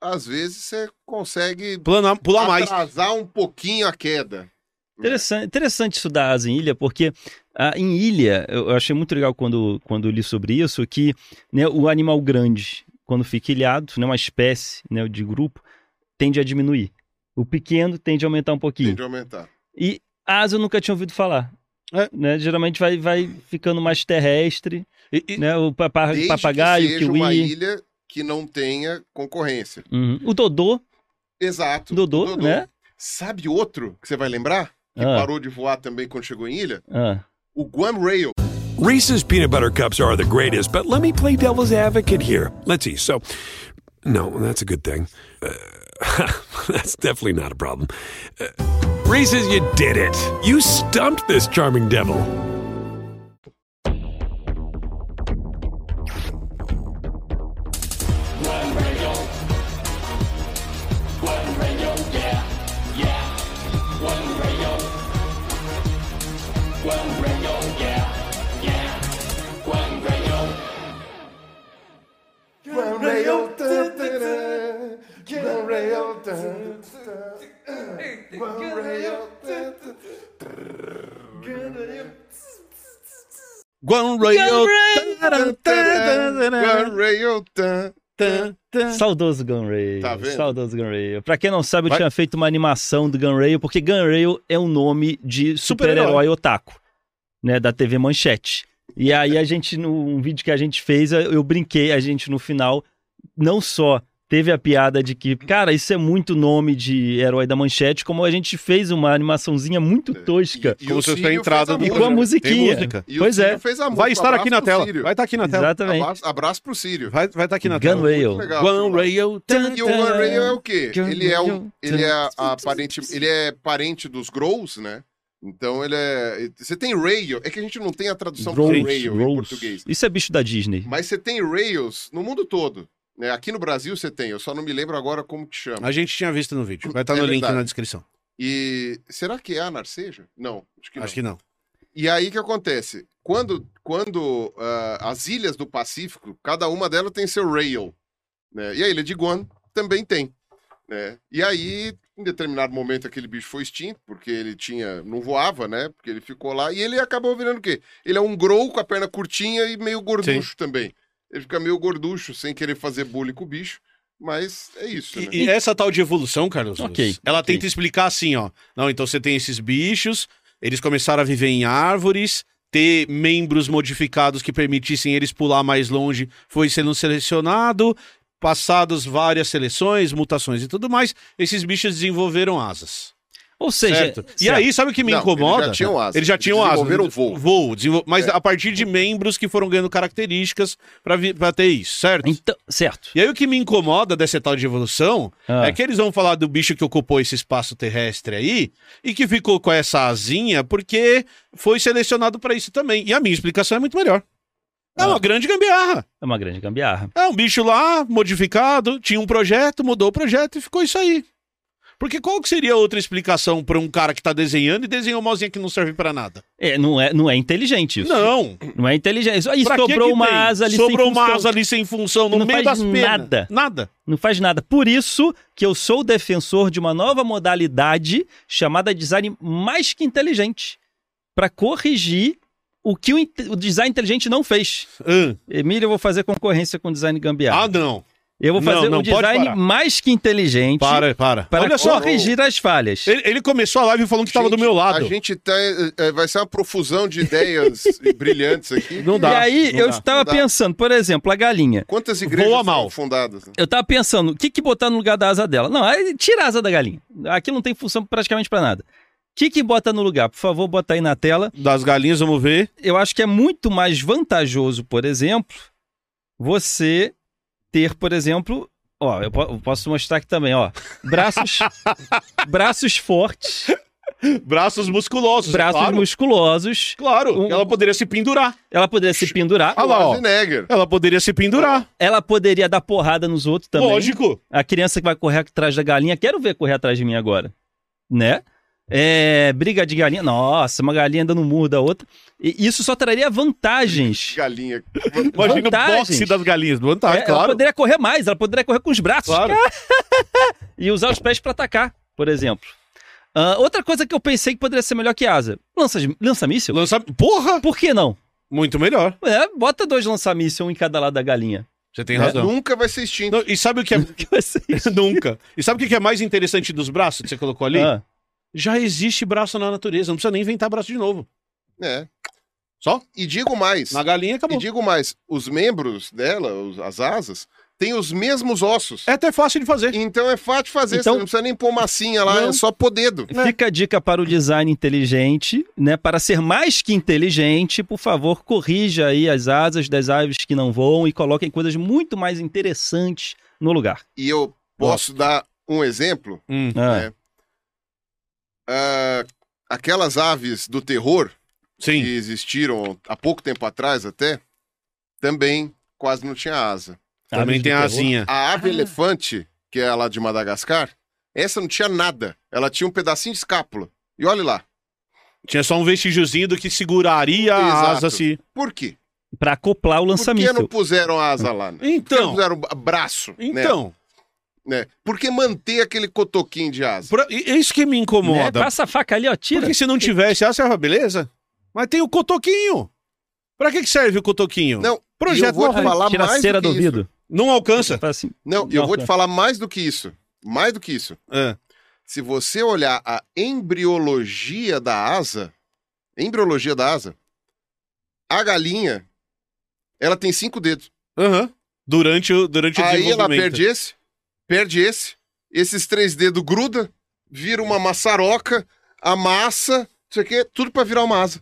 Speaker 2: às vezes você consegue
Speaker 1: Plana, pula mais.
Speaker 2: atrasar um pouquinho a queda.
Speaker 3: Interessante, interessante isso da asa em ilha, porque ah, em ilha, eu eu achei muito legal quando, quando eu li sobre isso, que né, o animal grande, quando fica ilhado, né, uma espécie né, de grupo, tende a diminuir. O pequeno tende a aumentar um pouquinho.
Speaker 2: Tende a aumentar.
Speaker 3: E asa eu nunca tinha ouvido falar.
Speaker 1: É.
Speaker 3: Né, geralmente vai, vai ficando mais terrestre,
Speaker 1: E- e-
Speaker 3: né, o papa-
Speaker 2: Desde
Speaker 3: papagaio,
Speaker 2: que seja uma
Speaker 3: kiwi,
Speaker 2: ilha que não tenha concorrência.
Speaker 3: Uhum. o dodô,
Speaker 2: Exato.
Speaker 3: dodô,
Speaker 2: Dodô.
Speaker 3: né?
Speaker 2: Sabe outro que você vai lembrar? Que
Speaker 3: Ah,
Speaker 2: parou de voar também quando chegou em ilha?
Speaker 3: ah.
Speaker 2: O Guam Rail.
Speaker 4: Reese's peanut butter cups are the greatest, but let me play devil's advocate here. Let's see. So, no, that's a good thing. Uh, that's definitely not a problem. Uh, Reese's, you did it. You stumped this charming devil.
Speaker 1: Guan Rail.
Speaker 2: Guam Rail. tan, tan.
Speaker 3: Saudoso Gunrail.
Speaker 2: Tá vendo?
Speaker 3: Saudoso Gunrail. Pra quem não sabe, eu
Speaker 1: Vai-
Speaker 3: tinha feito uma animação do Gunrail, porque Gunrail é um nome de
Speaker 1: Super-herói.
Speaker 3: super-herói otaku, né? Da TV Manchete. E aí a gente, num vídeo que a gente fez, eu eu brinquei, a gente no final, não só teve a piada de que, cara, isso é muito nome de herói da manchete, como a gente fez uma animaçãozinha muito tosca.
Speaker 2: E,
Speaker 1: Como
Speaker 2: o
Speaker 1: se fosse
Speaker 2: Círio
Speaker 1: a entrada
Speaker 2: fez
Speaker 1: do-
Speaker 3: E
Speaker 2: música.
Speaker 3: com a musiquinha.
Speaker 1: música.
Speaker 2: E o
Speaker 3: Pois
Speaker 2: Círio
Speaker 3: é.
Speaker 2: fez a música.
Speaker 1: Vai estar
Speaker 2: Abraço
Speaker 1: aqui na
Speaker 2: pro
Speaker 1: tela.
Speaker 2: Círio.
Speaker 1: Vai estar aqui na tela.
Speaker 3: Exatamente.
Speaker 2: Abraço, abraço pro Círio.
Speaker 1: Vai estar aqui na tela.
Speaker 3: Gunrail.
Speaker 2: Legal.
Speaker 1: Guan Rail.
Speaker 2: E o One Ray é o quê? Ele é, um, ele é a parente, ele é parente dos Grows, né? Então ele é. Você tem Rail, é que a gente não tem a tradução
Speaker 3: Gross,
Speaker 2: para Rail em
Speaker 3: gross.
Speaker 2: português.
Speaker 3: Isso é bicho da Disney.
Speaker 2: Mas você tem Rails no mundo todo. Né? Aqui no Brasil você tem, eu só não me lembro agora como que chama.
Speaker 1: A gente tinha visto no vídeo. Vai estar
Speaker 2: É
Speaker 1: no link
Speaker 2: verdade.
Speaker 1: na descrição.
Speaker 2: E será que é a Narceja? Não, acho que não.
Speaker 1: Acho que não.
Speaker 2: E aí o que acontece? Quando, quando ah, as ilhas do Pacífico, cada uma delas tem seu rail. Né? E a ilha de Guam também tem. Né? E aí, em determinado momento, aquele bicho foi extinto, porque ele tinha. não voava, né? Porque ele ficou lá. E ele acabou virando o quê? Ele é um grow com a perna curtinha e meio gorducho também. Ele fica meio gorducho, sem querer fazer bullying com o bicho. Mas é isso, né?
Speaker 1: E, e essa tal de evolução, Carlos, Luz,
Speaker 3: Ok,
Speaker 1: ela
Speaker 3: ok.
Speaker 1: tenta explicar assim, ó. Não, então você tem esses bichos, eles começaram a viver em árvores, ter membros modificados que permitissem eles pular mais longe foi sendo selecionado, passadas várias seleções, mutações e tudo mais, esses bichos desenvolveram asas.
Speaker 3: Ou seja,
Speaker 1: certo? E
Speaker 3: certo.
Speaker 1: aí, sabe o que me
Speaker 2: Não,
Speaker 1: incomoda?
Speaker 2: eles já tinham asas.
Speaker 1: Eles já
Speaker 2: Eles
Speaker 1: tinham asas.
Speaker 2: desenvolveram voo. É.
Speaker 1: desenvol- mas a partir de membros que foram ganhando características pra vi- pra ter isso, certo?
Speaker 3: Então, certo.
Speaker 1: E aí o que me incomoda dessa tal de evolução
Speaker 3: Ah.
Speaker 1: é que eles vão falar do bicho que ocupou esse espaço terrestre aí e que ficou com essa asinha porque foi selecionado pra isso também. E a minha explicação é muito melhor. É
Speaker 3: Ah.
Speaker 1: uma grande gambiarra.
Speaker 3: É uma grande gambiarra.
Speaker 1: É um bicho lá modificado, tinha um projeto, mudou o projeto e ficou isso aí. Porque qual que seria a outra explicação pra um cara que tá desenhando e desenhou uma mozinha que não serve pra nada?
Speaker 3: É, não, é, não é inteligente isso.
Speaker 1: Não.
Speaker 3: Não é inteligente. Isso- Aí
Speaker 1: Pra que
Speaker 3: sobrou
Speaker 1: que
Speaker 3: uma
Speaker 1: tem?
Speaker 3: asa ali
Speaker 1: Sobrou
Speaker 3: sem
Speaker 1: uma
Speaker 3: função.
Speaker 1: asa ali sem função no
Speaker 3: Não
Speaker 1: meio
Speaker 3: faz
Speaker 1: das penas.
Speaker 3: nada.
Speaker 1: Nada.
Speaker 3: Não faz nada. Por isso que eu sou defensor de uma nova modalidade chamada design mais que inteligente para corrigir o que o, inte- o design inteligente não fez.
Speaker 1: Hã?
Speaker 3: Emílio, eu vou fazer concorrência com o design gambiarra.
Speaker 1: Ah, não.
Speaker 3: eu vou
Speaker 1: não,
Speaker 3: fazer
Speaker 1: não,
Speaker 3: um
Speaker 1: pode
Speaker 3: design
Speaker 1: parar.
Speaker 3: mais que inteligente
Speaker 1: Para, para.
Speaker 3: para
Speaker 1: Olha só.
Speaker 3: corrigir as falhas.
Speaker 1: Ele, ele começou a live falando que tava do
Speaker 2: Gente,
Speaker 1: meu lado.
Speaker 2: A gente tá, é, é, vai ser uma profusão de ideias brilhantes aqui.
Speaker 1: Não dá.
Speaker 3: e aí
Speaker 1: não
Speaker 3: eu
Speaker 1: dá,
Speaker 3: estava
Speaker 2: não dá.
Speaker 3: pensando, por exemplo, a galinha.
Speaker 2: Quantas igrejas
Speaker 1: Voa
Speaker 2: foram
Speaker 1: mal.
Speaker 2: fundadas?
Speaker 3: Eu tava pensando, o que, que botar no lugar da asa dela? Não, aí tira a asa da galinha. Aquilo não tem função praticamente para nada. O que, que bota no lugar? Por favor, bota aí na tela.
Speaker 1: Das galinhas, vamos ver.
Speaker 3: eu acho que é muito mais vantajoso, por exemplo, você ter, por exemplo, ó, eu, po- eu posso mostrar aqui também, ó, braços, braços fortes,
Speaker 1: Braços musculosos. é
Speaker 3: braços
Speaker 1: claro.
Speaker 3: musculosos.
Speaker 1: Claro.
Speaker 3: Um-
Speaker 1: Ela poderia se pendurar.
Speaker 3: Ela poderia se pendurar,
Speaker 1: Ah lá, ó.
Speaker 2: Schwarzenegger.
Speaker 1: Ela poderia se pendurar.
Speaker 3: ela poderia dar porrada nos outros Ah, também.
Speaker 1: Lógico.
Speaker 3: A criança que vai correr atrás da galinha, quero ver correr atrás de mim agora, né? É, briga de galinha, nossa, uma galinha dando um murro da outra. E isso só traria vantagens.
Speaker 2: Galinha.
Speaker 1: Imagina o
Speaker 3: Vantagens.
Speaker 1: boxe das galinhas. Vantagem,
Speaker 3: É, Ela
Speaker 1: Ah, claro.
Speaker 3: poderia correr mais, ela poderia correr com os braços.
Speaker 1: Claro.
Speaker 3: e usar os pés para atacar, por exemplo. Ah, outra coisa que eu pensei que poderia ser melhor que asa: lança, lança míssil?
Speaker 1: Lança... Porra!
Speaker 3: Por que não?
Speaker 1: Muito melhor.
Speaker 3: É, bota dois lança-míssil, um em cada lado da galinha.
Speaker 1: Você tem
Speaker 3: É.
Speaker 1: razão.
Speaker 2: Nunca vai ser extinto.
Speaker 1: Não, e sabe o que é.
Speaker 3: Que vai ser isso?
Speaker 1: Nunca. E sabe o que que é mais interessante dos braços que você colocou ali?
Speaker 3: Ah,
Speaker 1: Já existe braço na natureza, não precisa nem inventar braço de novo.
Speaker 2: É.
Speaker 1: Só? Tá
Speaker 2: E digo mais.
Speaker 1: Na galinha
Speaker 2: E
Speaker 1: acabou.
Speaker 2: digo mais. Os membros dela, os- as asas, têm os mesmos ossos.
Speaker 1: É até fácil de fazer.
Speaker 2: Então é fácil de fazer.
Speaker 3: Então-
Speaker 2: Você não precisa nem pôr massinha lá,
Speaker 1: Não.
Speaker 2: é só pôr dedo.
Speaker 3: Fica a dica para o design inteligente, né? Para ser mais que inteligente, por favor, corrija aí as asas das aves que não voam e coloquem coisas muito mais interessantes no lugar.
Speaker 2: E eu posso dar um exemplo.
Speaker 1: Hum.
Speaker 2: É,
Speaker 3: Ah,
Speaker 2: Ah, aquelas aves do terror que
Speaker 1: Sim.
Speaker 2: existiram há pouco tempo atrás até, também quase não tinha asa.
Speaker 1: Também
Speaker 3: Ah, aves
Speaker 1: tem
Speaker 3: do
Speaker 1: a
Speaker 3: terror.
Speaker 1: asinha.
Speaker 2: A ave elefante, que é lá de Madagascar, essa não tinha nada. Ela tinha um pedacinho de escápula. E olha lá.
Speaker 1: Tinha só um vestígiozinho do que seguraria a
Speaker 2: Exato.
Speaker 1: asa assim. se.
Speaker 2: Por quê?
Speaker 3: Pra acoplar o
Speaker 2: Por que não
Speaker 3: lança-míssil.
Speaker 2: puseram asa lá? Né? Por que não
Speaker 1: Então.
Speaker 2: puseram ba- braço? né?
Speaker 1: Então.
Speaker 2: Né? Por que manter aquele cotoquinho de asa?
Speaker 1: pra- e- É isso que me
Speaker 3: Né?
Speaker 1: incomoda.
Speaker 3: Passa a faca ali, ó, tira.
Speaker 1: Porque se não tivesse asa, ah, beleza. Mas tem o cotoquinho. Pra que que serve o cotoquinho?
Speaker 2: Não, e eu
Speaker 1: Projeto
Speaker 2: vou
Speaker 1: não,
Speaker 2: falar
Speaker 3: tira a
Speaker 2: mais
Speaker 3: cera
Speaker 2: do
Speaker 3: do
Speaker 2: que isso.
Speaker 3: ouvido.
Speaker 1: não alcança.
Speaker 3: Faz assim.
Speaker 2: Não, eu vou
Speaker 3: Nossa.
Speaker 2: te falar mais do que isso. Mais do que isso.
Speaker 1: É.
Speaker 2: Se você olhar a embriologia da asa, embriologia da asa, a galinha, ela tem cinco dedos.
Speaker 1: Aham. Durante o, durante o
Speaker 2: Aí ela
Speaker 1: desenvolvimento.
Speaker 2: perde esse, perde esse, esses três dedos gruda, vira uma maçaroca, amassa, isso aqui é tudo pra virar uma asa.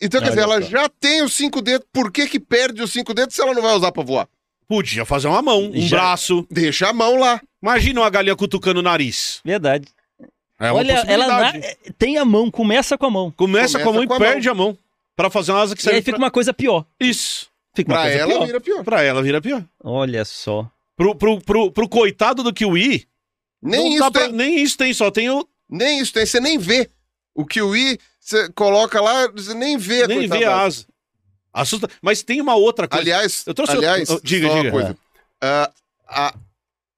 Speaker 2: Então, quer
Speaker 3: Olha
Speaker 2: dizer, ela
Speaker 3: só.
Speaker 2: já tem os cinco dedos, por que que perde os cinco dedos se ela não vai usar pra voar?
Speaker 1: Podia fazer uma mão, um
Speaker 3: Já-
Speaker 1: braço.
Speaker 2: Deixa a mão lá.
Speaker 1: Imagina uma galinha cutucando o nariz.
Speaker 3: Verdade.
Speaker 1: É uma
Speaker 3: Olha, ela na- é,
Speaker 1: possibilidade.
Speaker 3: tem a mão, começa com a mão.
Speaker 1: Começa, com a mão e
Speaker 2: Começa com a
Speaker 1: perde a mão. Pra fazer uma asa que
Speaker 3: E aí
Speaker 1: serve
Speaker 3: fica
Speaker 1: pra...
Speaker 3: uma coisa pior.
Speaker 1: Isso.
Speaker 3: Fica uma
Speaker 2: Pra
Speaker 3: coisa
Speaker 2: Ah, ela,
Speaker 3: pior.
Speaker 2: vira pior.
Speaker 1: Pra ela vira pior.
Speaker 3: Olha só.
Speaker 1: Pro, pro, pro, pro coitado do Kiwi,
Speaker 2: Nem
Speaker 1: não dá
Speaker 2: isso,
Speaker 1: pra-
Speaker 2: tem,
Speaker 1: nem isso tem, só tem o...
Speaker 2: nem isso tem, você nem vê. O kiwi, você coloca lá, você nem vê a
Speaker 1: nem
Speaker 2: coisa
Speaker 1: vê
Speaker 2: da
Speaker 1: a
Speaker 2: asa.
Speaker 1: asa. Assusta. Mas tem uma outra coisa.
Speaker 2: Aliás,
Speaker 1: Eu trouxe
Speaker 2: aliás
Speaker 1: outro- oh, diga,
Speaker 2: só uma
Speaker 1: diga.
Speaker 2: coisa. Ah, a-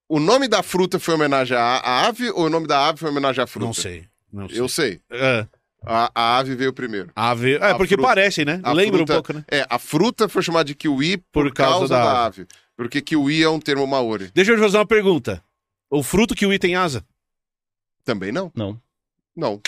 Speaker 2: o nome da fruta foi homenagem à, à ave ou o nome da ave foi homenagem à fruta?
Speaker 1: Não sei. Não sei.
Speaker 2: Eu sei.
Speaker 1: É,
Speaker 2: A, a ave veio primeiro.
Speaker 1: ave... é
Speaker 2: A
Speaker 1: porque
Speaker 2: fruta-
Speaker 1: parecem, né?
Speaker 2: a
Speaker 1: Lembra
Speaker 2: fruta-
Speaker 1: um pouco, né?
Speaker 2: É, a fruta foi chamada de kiwi por, causa, da, ave. Porque kiwi é um termo maori.
Speaker 1: Deixa eu te fazer uma pergunta. O fruto Kiwi tem asa?
Speaker 2: Também não.
Speaker 3: Não.
Speaker 2: Não.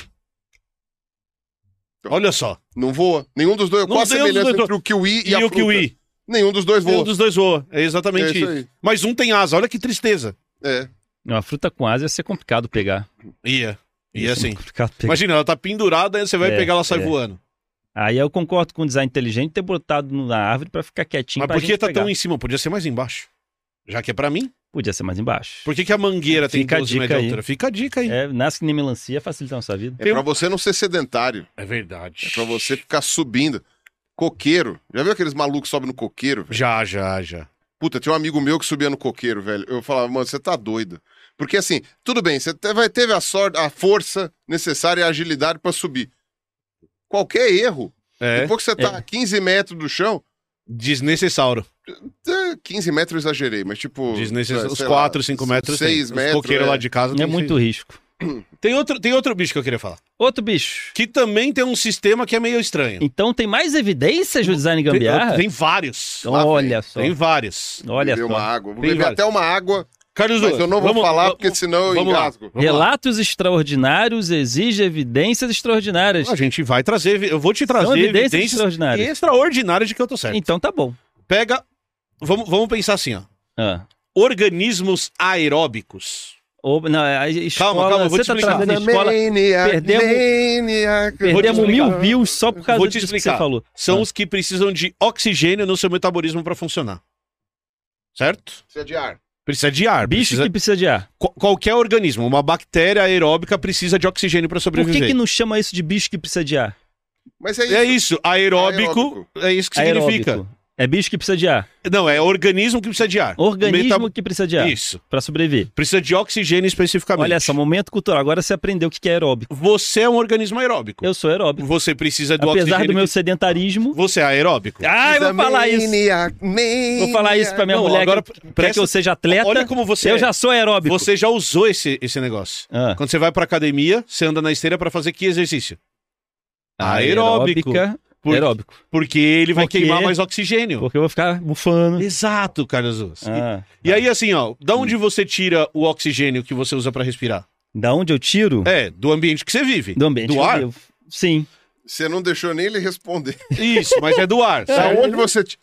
Speaker 2: Então.
Speaker 1: Olha só.
Speaker 2: Não voa. Nenhum dos dois.
Speaker 1: Não
Speaker 2: Qual a
Speaker 1: tem um dos
Speaker 2: semelhança
Speaker 1: dois
Speaker 2: entre o kiwi e,
Speaker 1: E,
Speaker 2: a
Speaker 1: o
Speaker 2: fruta?
Speaker 1: Kiwi?
Speaker 2: Nenhum dos dois
Speaker 1: Um
Speaker 2: voa.
Speaker 1: dos dois voa. É exatamente
Speaker 2: É isso
Speaker 1: isso.
Speaker 2: aí.
Speaker 1: Mas um tem asa. Olha que tristeza.
Speaker 2: É.
Speaker 3: Uma fruta com asa ia ser complicado pegar.
Speaker 1: Ia. Ia
Speaker 3: Ia ser
Speaker 1: sim.
Speaker 2: assim,
Speaker 3: muito complicado pegar.
Speaker 1: Imagina, ela tá pendurada, aí você vai
Speaker 3: É,
Speaker 1: pegar ela sai
Speaker 3: é.
Speaker 1: voando.
Speaker 3: Aí eu concordo com o design inteligente ter botado na árvore pra ficar quietinho.
Speaker 1: Mas
Speaker 3: pra
Speaker 1: por que
Speaker 3: gente
Speaker 1: tá
Speaker 3: pegar.
Speaker 1: tão em cima? Podia ser mais embaixo. Já que é pra mim.
Speaker 3: Podia ser mais embaixo.
Speaker 1: Por que, que a mangueira tem
Speaker 3: Fica a
Speaker 1: 12
Speaker 3: dica
Speaker 1: metros de
Speaker 3: aí.
Speaker 1: altura? Fica a dica aí. É,
Speaker 3: É, nasce que nem melancia, facilita a nossa vida.
Speaker 2: É
Speaker 1: Tem
Speaker 2: pra
Speaker 1: um-
Speaker 2: você não ser sedentário.
Speaker 1: verdade.
Speaker 2: É pra você ficar subindo. Coqueiro. Já viu aqueles malucos que sobem no coqueiro? velho?
Speaker 1: Já, já, já.
Speaker 2: Puta, tinha um amigo meu que subia no coqueiro, velho. Eu falava, mano, você tá doido. Porque assim, tudo bem, você te- vai- teve a sorte, a força necessária e a agilidade para subir. Qualquer erro,
Speaker 1: É.
Speaker 2: depois que você tá a 15 metros do chão,
Speaker 1: Desnecessauro.
Speaker 2: é, 15 metros eu exagerei, mas tipo.
Speaker 1: Desnecessauro. né, Os
Speaker 2: sei lá,
Speaker 1: 4, 5 metros.
Speaker 2: 6
Speaker 1: tem. Os
Speaker 2: metros.
Speaker 1: coqueiros
Speaker 2: é.
Speaker 1: lá de casa.
Speaker 3: É
Speaker 1: tem
Speaker 3: muito risco.
Speaker 1: seis. Tem outro, tem outro bicho que eu queria falar.
Speaker 3: Outro bicho.
Speaker 1: Que também tem um sistema que é meio estranho.
Speaker 3: Então tem mais evidências do design
Speaker 1: Tem,
Speaker 3: gambiarra?
Speaker 1: tem vários.
Speaker 3: Então,
Speaker 2: lá vem.
Speaker 3: olha só.
Speaker 1: Tem vários.
Speaker 3: Olha
Speaker 2: Beber
Speaker 3: só.
Speaker 2: uma água. Vou
Speaker 1: Tem
Speaker 2: beber
Speaker 1: vários.
Speaker 2: até uma água,
Speaker 1: Carlos
Speaker 2: mas
Speaker 1: Dutra,
Speaker 2: eu não vou
Speaker 1: vamos-
Speaker 2: falar
Speaker 1: vamos-
Speaker 2: porque senão eu
Speaker 1: vamos lá.
Speaker 2: engasgo.
Speaker 1: Vamos lá.
Speaker 3: Relatos extraordinários exigem evidências extraordinárias.
Speaker 1: A gente vai trazer. Eu vou te
Speaker 3: São
Speaker 1: trazer
Speaker 3: evidências
Speaker 1: evidências
Speaker 3: extraordinárias.
Speaker 1: extraordinárias de que eu tô certo.
Speaker 3: Então tá bom.
Speaker 1: Pega. Vamos, vamos pensar assim, ó.
Speaker 3: Ah.
Speaker 1: Organismos aeróbicos.
Speaker 3: Ou, não, a escola,
Speaker 1: calma, eu vou
Speaker 3: você
Speaker 1: te
Speaker 3: tá
Speaker 1: explicar.
Speaker 3: trazendo escola,
Speaker 2: Maniac,
Speaker 3: perdemos-
Speaker 2: maniac.
Speaker 3: perdemos
Speaker 1: explicar.
Speaker 3: mil views só por causa
Speaker 1: Vou te
Speaker 3: disso que
Speaker 1: explicar.
Speaker 3: você falou.
Speaker 1: São
Speaker 3: Ah.
Speaker 1: os que precisam de oxigênio no seu metabolismo pra funcionar. Certo?
Speaker 2: Precisa de ar.
Speaker 1: Precisa de ar.
Speaker 3: Bicho
Speaker 1: precisa-
Speaker 3: que precisa de ar.
Speaker 1: Qu- qualquer organismo, uma bactéria aeróbica precisa de oxigênio pra
Speaker 3: Por que,
Speaker 1: sobreviver.
Speaker 3: que não chama isso de bicho que precisa de ar?
Speaker 2: Mas é isso.
Speaker 1: É isso, aeróbico, é isso que significa.
Speaker 3: Aeróbico. É bicho que precisa de ar.
Speaker 1: Não, é organismo que precisa de ar.
Speaker 3: Organismo
Speaker 1: Meta-
Speaker 3: que precisa de ar.
Speaker 1: Isso.
Speaker 3: Pra sobreviver.
Speaker 1: Precisa de oxigênio especificamente.
Speaker 3: Olha só, momento cultural. Agora você aprendeu o que que é aeróbico.
Speaker 1: Você é um organismo aeróbico.
Speaker 3: Eu sou aeróbico.
Speaker 1: Você precisa do
Speaker 3: Apesar
Speaker 1: oxigênio.
Speaker 3: do meu
Speaker 1: que-
Speaker 3: sedentarismo.
Speaker 1: Você é aeróbico.
Speaker 3: Ai, vou falar isso. é Vou falar isso pra minha
Speaker 1: Não,
Speaker 3: mulher
Speaker 1: agora
Speaker 3: que,
Speaker 1: pre-
Speaker 3: pra que
Speaker 1: presta-
Speaker 3: eu seja atleta.
Speaker 1: Olha como você
Speaker 3: eu
Speaker 1: é.
Speaker 3: já sou aeróbico.
Speaker 1: Você já usou esse, esse negócio.
Speaker 3: Ah.
Speaker 1: Quando você vai pra academia, você anda na esteira pra fazer que exercício? Ah, Aeróbico.
Speaker 3: Aeróbica,
Speaker 1: Por-
Speaker 3: Aeróbico.
Speaker 1: Porque ele vai
Speaker 3: Porque-
Speaker 1: queimar mais oxigênio.
Speaker 3: Porque eu vou ficar bufando.
Speaker 1: Exato, Carlos Luz.
Speaker 3: Ah.
Speaker 1: E aí, assim, ó, da onde você tira o oxigênio que você usa pra respirar?
Speaker 3: Da onde eu tiro?
Speaker 1: É, do ambiente que você vive.
Speaker 3: Do ambiente.
Speaker 1: Do
Speaker 3: que eu
Speaker 1: ar?
Speaker 3: vivo. Sim.
Speaker 2: Você não deixou nem ele responder.
Speaker 1: Isso, mas é do ar.
Speaker 2: Da
Speaker 3: Tá
Speaker 1: certo?
Speaker 2: onde você. ti-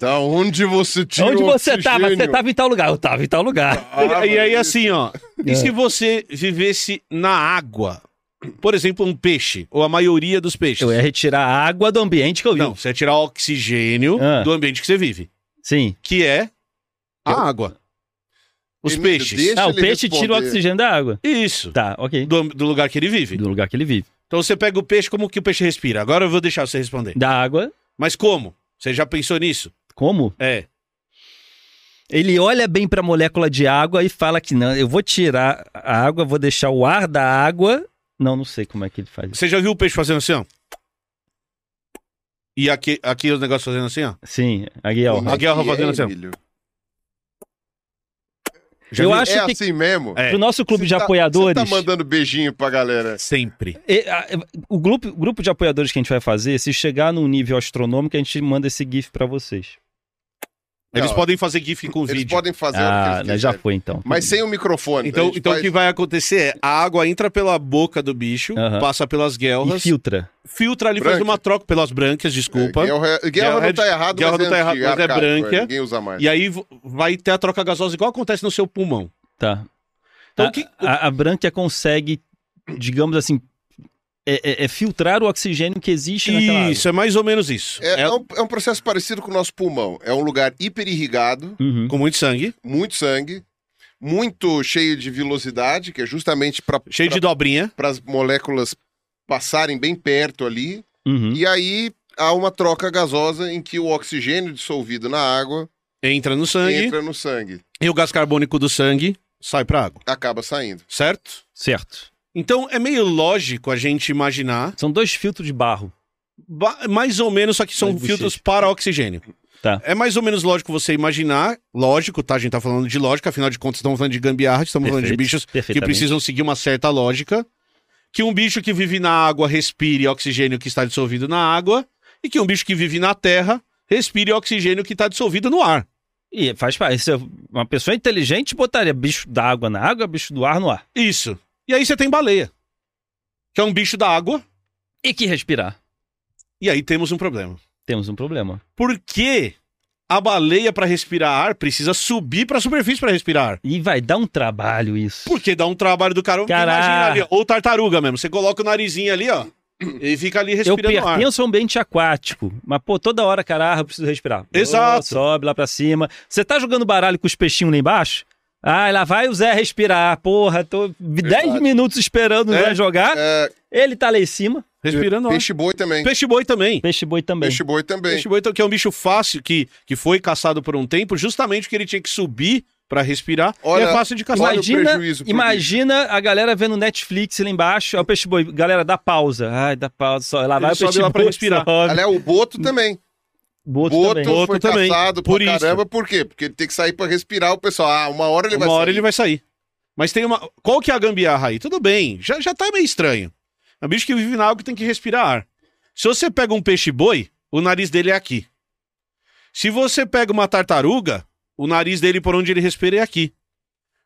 Speaker 2: Da onde você tirou
Speaker 3: onde você tava?
Speaker 2: oxigênio?
Speaker 3: Você tá tava em tal lugar. Eu tava em tal lugar.
Speaker 2: Ah,
Speaker 1: E aí,
Speaker 2: mas-
Speaker 1: assim, ó,
Speaker 3: É.
Speaker 1: e se você vivesse na água? Por exemplo, um peixe, ou a maioria dos peixes.
Speaker 3: Eu é ia retirar a água do ambiente que eu vivo.
Speaker 1: Não, você ia tirar oxigênio
Speaker 3: Ah.
Speaker 1: do ambiente que você vive,
Speaker 3: Sim.
Speaker 1: que é a água. Os
Speaker 2: Ele-
Speaker 1: peixes.
Speaker 2: deixa
Speaker 3: ah, o
Speaker 2: ele
Speaker 3: peixe tira o
Speaker 2: responder.
Speaker 3: oxigênio da água.
Speaker 1: Isso.
Speaker 3: Tá, ok.
Speaker 1: Do, do lugar que ele vive.
Speaker 3: Do lugar que ele vive.
Speaker 1: Então você pega o peixe, como que o peixe respira? Agora eu vou deixar você responder.
Speaker 3: Da água,
Speaker 1: Mas como? Você já pensou nisso?
Speaker 3: como?
Speaker 1: É.
Speaker 3: Ele olha bem pra molécula de água e fala que não, eu vou tirar a água, vou deixar o ar da água. Não, não sei como é que ele faz isso.
Speaker 1: Você já viu o peixe fazendo assim, ó? E aqui, aqui os negócios fazendo assim, ó?
Speaker 3: Sim, a Guiel.
Speaker 2: Como é
Speaker 1: A guerra
Speaker 2: que
Speaker 1: fazendo
Speaker 2: é,
Speaker 1: assim, ó.
Speaker 2: Emílio?
Speaker 1: Já
Speaker 3: Eu
Speaker 1: viu?
Speaker 3: acho
Speaker 2: É
Speaker 3: que
Speaker 2: assim mesmo?
Speaker 1: É.
Speaker 3: pro nosso clube
Speaker 2: Você
Speaker 3: de
Speaker 2: tá-
Speaker 3: apoiadores.
Speaker 2: Você tá mandando beijinho pra galera.
Speaker 1: Sempre.
Speaker 3: E, a, o grupo, o grupo de apoiadores que a gente vai fazer, se chegar num nível astronômico, a gente manda esse GIF pra vocês.
Speaker 1: Eles
Speaker 2: Não.
Speaker 1: podem fazer GIF com
Speaker 2: Eles
Speaker 1: é vídeo.
Speaker 2: podem fazer o que
Speaker 3: Ah,
Speaker 2: eles
Speaker 3: né, já
Speaker 2: quiserem.
Speaker 3: foi então.
Speaker 2: Mas sem o microfone. a
Speaker 1: Então,
Speaker 2: gente
Speaker 1: então o
Speaker 2: faz-
Speaker 1: que vai acontecer é a água entra pela boca do bicho,
Speaker 3: Aham.
Speaker 1: passa pelas
Speaker 3: E
Speaker 1: guelras,
Speaker 3: filtra.
Speaker 1: filtra ali, faz
Speaker 2: Branca.
Speaker 1: uma troca pelas brancas, desculpa.
Speaker 2: É, guerra, guerra
Speaker 1: Guerra
Speaker 2: não
Speaker 1: é-
Speaker 2: tá errado,
Speaker 1: guerra
Speaker 2: mas
Speaker 1: não tá errado,
Speaker 2: antigo,
Speaker 1: mas é
Speaker 2: arcaico,
Speaker 1: branca.
Speaker 2: Ninguém usa mais.
Speaker 1: e aí v- vai ter a troca gasosa igual acontece no seu pulmão.
Speaker 3: Tá.
Speaker 1: Então
Speaker 3: a,
Speaker 1: o que-
Speaker 3: a, a Branquia consegue, digamos assim, é, é- é filtrar o oxigênio que existe naquela água.
Speaker 1: Isso, é mais ou menos isso. É,
Speaker 2: É, é um, é um processo parecido com o nosso pulmão. É um lugar hiperirrigado,
Speaker 3: Uhum.
Speaker 1: com muito sangue,
Speaker 2: muito sangue, muito cheio de vilosidade, que é justamente para
Speaker 1: cheio de dobrinha.
Speaker 2: as moléculas passarem bem perto ali.
Speaker 1: Hum.
Speaker 3: Uhum.
Speaker 2: E aí há uma troca gasosa em que o oxigênio dissolvido na água
Speaker 1: Entra no sangue
Speaker 2: entra no sangue,
Speaker 1: e o gás carbônico do sangue sai pra água,
Speaker 2: acaba saindo.
Speaker 1: certo?
Speaker 3: Certo.
Speaker 1: Então é meio lógico a gente imaginar,
Speaker 3: São dois filtros de barro.
Speaker 1: ba- mais ou menos, só que são
Speaker 3: Mas bochecha.
Speaker 1: filtros para oxigênio.
Speaker 3: Tá.
Speaker 1: É mais ou menos lógico você imaginar, lógico, tá? A gente tá falando de lógica, afinal de contas estamos falando de gambiarra, estamos falando Um de
Speaker 3: Perfeito,
Speaker 1: bichos que
Speaker 3: perfeitamente.
Speaker 1: precisam seguir uma certa lógica, que um bicho que vive na água respire oxigênio que está dissolvido na água e que um bicho que vive na terra respire oxigênio que está dissolvido no ar.
Speaker 3: E faz parte. Se eu- Uma pessoa inteligente botaria bicho da água na água, bicho do ar no ar.
Speaker 1: Isso. E aí você tem baleia, que é um bicho da água,
Speaker 3: E que respirar.
Speaker 1: e aí temos um problema.
Speaker 3: Temos um problema.
Speaker 1: Por que a baleia para respirar ar precisa subir para a superfície para respirar ar?
Speaker 3: E vai dar um trabalho isso.
Speaker 1: Porque dá um trabalho do caramba. porque
Speaker 3: Caraca.
Speaker 1: Imagina ali, ó, ou tartaruga mesmo. Você coloca o narizinho ali, ó, e fica ali
Speaker 3: Eu um
Speaker 1: respirando ar.
Speaker 3: pertenço ao ambiente aquático, mas pô, toda hora, caralho, eu preciso respirar.
Speaker 1: Exato.
Speaker 3: Ô, sobe lá pra cima. Você tá jogando baralho com os peixinhos lá embaixo? Ah, lá vai o Zé respirar. Porra, tô 10 minutos esperando o
Speaker 1: É.
Speaker 3: Zé jogar.
Speaker 2: É,
Speaker 3: Ele tá lá em cima.
Speaker 1: Respirando ar.
Speaker 2: peixe boi também.
Speaker 1: Peixe boi também.
Speaker 3: Peixe boi também.
Speaker 2: Peixe boi também.
Speaker 1: Peixe boi, que é um bicho fácil, que, que foi caçado por um tempo, justamente porque ele tinha que subir pra respirar
Speaker 2: Olha-
Speaker 1: e é fácil de caçar.
Speaker 2: olha- o
Speaker 3: Imagina,
Speaker 2: prejuízo pro
Speaker 3: imagina a galera vendo Netflix lá embaixo. Aí o peixe boi, galera, dá pausa. Ai, dá pausa. Só, lá vai o
Speaker 1: sobe
Speaker 3: peixe
Speaker 1: lá pra
Speaker 3: boi,
Speaker 1: respirar. é
Speaker 3: sobe.
Speaker 2: Aliás, o Boto também.
Speaker 3: Boto,
Speaker 2: Boto,
Speaker 3: também.
Speaker 1: Hum, Boto
Speaker 2: foi
Speaker 1: também,
Speaker 2: caçado
Speaker 1: por
Speaker 2: pra
Speaker 1: isso.
Speaker 2: caramba. Por quê? Porque ele tem que sair pra respirar. O pessoal, ah, uma hora ele
Speaker 1: uma
Speaker 2: vai
Speaker 1: hora
Speaker 2: sair.
Speaker 1: ele vai sair. Mas tem uma. Qual que é a gambiarra aí? Tudo bem, já, já tá meio estranho. É um bicho que vive na água que tem que respirar ar. Se você pega um peixe-boi, o nariz dele é aqui. Se você pega uma tartaruga, o nariz dele por onde ele respira é aqui.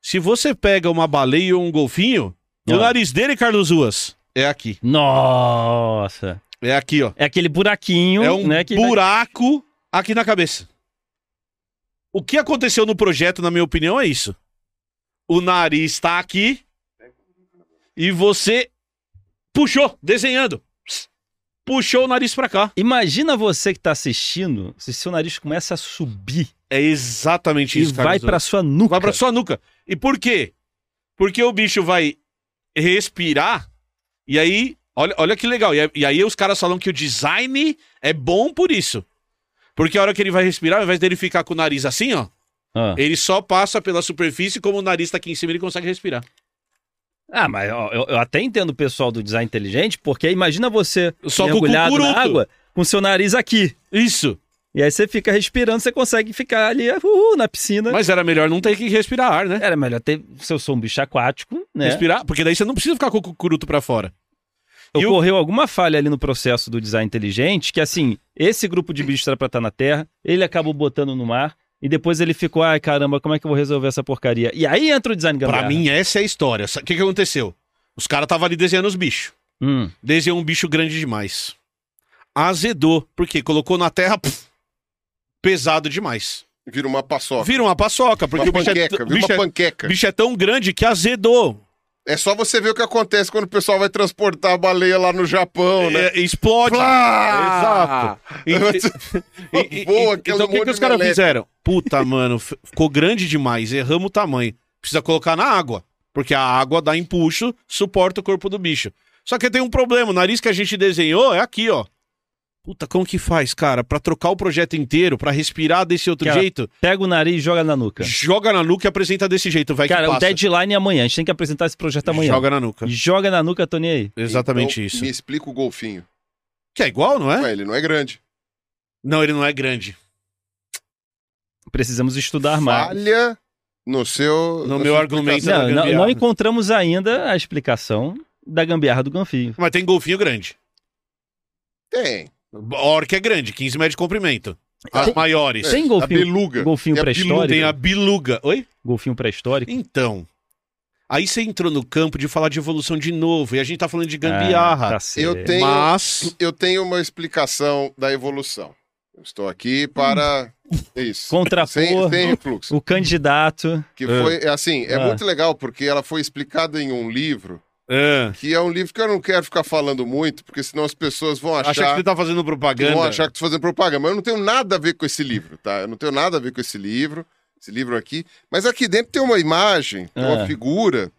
Speaker 1: Se você pega uma baleia ou um golfinho,
Speaker 3: Ah.
Speaker 1: o nariz dele, Carlos Ruas, é aqui.
Speaker 3: Nossa.
Speaker 1: É aqui, ó.
Speaker 3: É aquele buraquinho,
Speaker 1: É um
Speaker 3: né? Que
Speaker 1: buraco aqui na cabeça. O que aconteceu no projeto, na minha opinião, é isso. O nariz está aqui e você puxou, desenhando. Puxou o nariz pra cá.
Speaker 3: Imagina você que tá assistindo, se seu nariz começa a subir
Speaker 1: É exatamente
Speaker 3: e
Speaker 1: isso, Carlos
Speaker 3: tá vai
Speaker 1: Drummond.
Speaker 3: pra sua nuca.
Speaker 1: Vai pra sua nuca. E por quê? Porque o bicho vai respirar e aí, olha, olha que legal. E aí, e aí os caras falam que o design é bom por isso. Porque a hora que ele vai respirar, ao invés dele ficar com o nariz assim, ó,
Speaker 3: Ah.
Speaker 1: ele só passa pela superfície, como o nariz tá aqui em cima, ele consegue respirar.
Speaker 3: Ah, mas ó, eu, eu até entendo o pessoal do design inteligente, porque imagina você
Speaker 1: Só com o
Speaker 3: mergulhado na
Speaker 1: cucuruto.
Speaker 3: água com seu nariz aqui.
Speaker 1: Isso.
Speaker 3: E aí você fica respirando, você consegue ficar ali uhul, na piscina.
Speaker 1: Mas era melhor não ter que respirar ar, né?
Speaker 3: Era melhor ter, se eu sou um bicho aquático, né?
Speaker 1: Respirar, porque daí você não precisa ficar com o cucuruto pra fora. E o-
Speaker 3: Ocorreu alguma falha ali no processo do design inteligente, que assim, esse grupo de bichos era pra estar na Terra, ele acabou botando no mar, e depois ele ficou, ai caramba, como é que eu vou resolver essa porcaria? E aí entra o design gambiarra.
Speaker 1: Pra mim, essa é a história. O que, que aconteceu? Os caras estavam ali desenhando os bichos.
Speaker 3: Hum.
Speaker 1: Desenhou um bicho grande demais. Azedou, porque colocou na terra puf, pesado demais.
Speaker 2: Vira uma paçoca.
Speaker 1: Vira uma paçoca, porque o
Speaker 2: uma
Speaker 1: bicho, é,
Speaker 2: panqueca.
Speaker 1: t-
Speaker 2: Vira
Speaker 1: bicho,
Speaker 2: uma
Speaker 1: é,
Speaker 2: panqueca.
Speaker 1: bicho é tão grande que azedou.
Speaker 2: É só você ver o que acontece quando o pessoal vai transportar a baleia lá no Japão, né?
Speaker 1: É, explode.
Speaker 2: Plá!
Speaker 1: Exato. E- e- e-
Speaker 2: Boa, aquele
Speaker 1: então o que,
Speaker 2: monte
Speaker 1: que os
Speaker 2: de
Speaker 1: caras
Speaker 2: meleca.
Speaker 1: fizeram? Puta, mano, f- ficou grande demais, erramos o tamanho. Precisa colocar na água, porque a água dá empuxo, suporta o corpo do bicho. Só que tem um problema, o nariz que a gente desenhou é aqui, ó. Puta, como que faz, cara? Pra trocar o projeto inteiro, pra respirar desse outro
Speaker 3: Cara,
Speaker 1: jeito,
Speaker 3: Pega o nariz e joga na nuca.
Speaker 1: joga na nuca e apresenta desse jeito, vai
Speaker 3: Cara,
Speaker 1: que
Speaker 3: o
Speaker 1: passa.
Speaker 3: deadline é amanhã. A gente tem que apresentar esse projeto amanhã. Joga,
Speaker 1: Joga na nuca.
Speaker 3: na nuca, Tony aí.
Speaker 1: Exatamente
Speaker 2: Então,
Speaker 1: isso.
Speaker 2: Me explica o golfinho.
Speaker 1: Que é igual, não é?
Speaker 2: Ué, ele não é grande.
Speaker 1: Não, ele não é grande.
Speaker 3: Precisamos estudar mais.
Speaker 2: Falha no seu.
Speaker 1: No
Speaker 2: na
Speaker 1: meu
Speaker 2: sua
Speaker 1: argumento.
Speaker 3: Não,
Speaker 1: da
Speaker 3: não-
Speaker 1: gambiarra.
Speaker 3: não encontramos ainda a explicação da gambiarra do Ganfinho.
Speaker 1: Mas tem golfinho grande.
Speaker 2: explicação. Tem.
Speaker 1: Orca é grande, 15 metros de comprimento. As
Speaker 3: Tem-
Speaker 1: maiores.
Speaker 3: Tem
Speaker 2: A
Speaker 3: golfinho,
Speaker 2: beluga.
Speaker 3: golfinho
Speaker 2: É a
Speaker 3: pré-histórico?
Speaker 1: Tem a biluga. Oi?
Speaker 3: golfinho pré-histórico?
Speaker 1: Então. Aí você entrou no campo de falar de evolução de novo. E a gente tá falando de
Speaker 3: Ah,
Speaker 1: gambiarra.
Speaker 3: tá certo.
Speaker 2: Eu tenho-
Speaker 1: Mas.
Speaker 2: Eu tenho uma explicação da evolução. Eu estou aqui para.
Speaker 1: Hum.
Speaker 2: Isso. Sem,
Speaker 3: Contrapor
Speaker 2: sem refluxo.
Speaker 3: o candidato.
Speaker 2: Que
Speaker 1: É.
Speaker 2: foi, é assim, é
Speaker 3: Ah.
Speaker 2: muito legal porque ela foi explicada em um livro,
Speaker 1: É.
Speaker 2: que é um livro que eu não quero ficar falando muito, porque senão as pessoas vão
Speaker 1: Achar...
Speaker 2: achar.
Speaker 1: que você tá fazendo propaganda.
Speaker 2: vão achar que estou fazendo propaganda. Mas eu não tenho nada a ver com esse livro, tá? Eu não tenho nada a ver com esse livro, esse livro aqui. Mas aqui dentro tem uma imagem, tem uma
Speaker 3: Ah.
Speaker 2: figura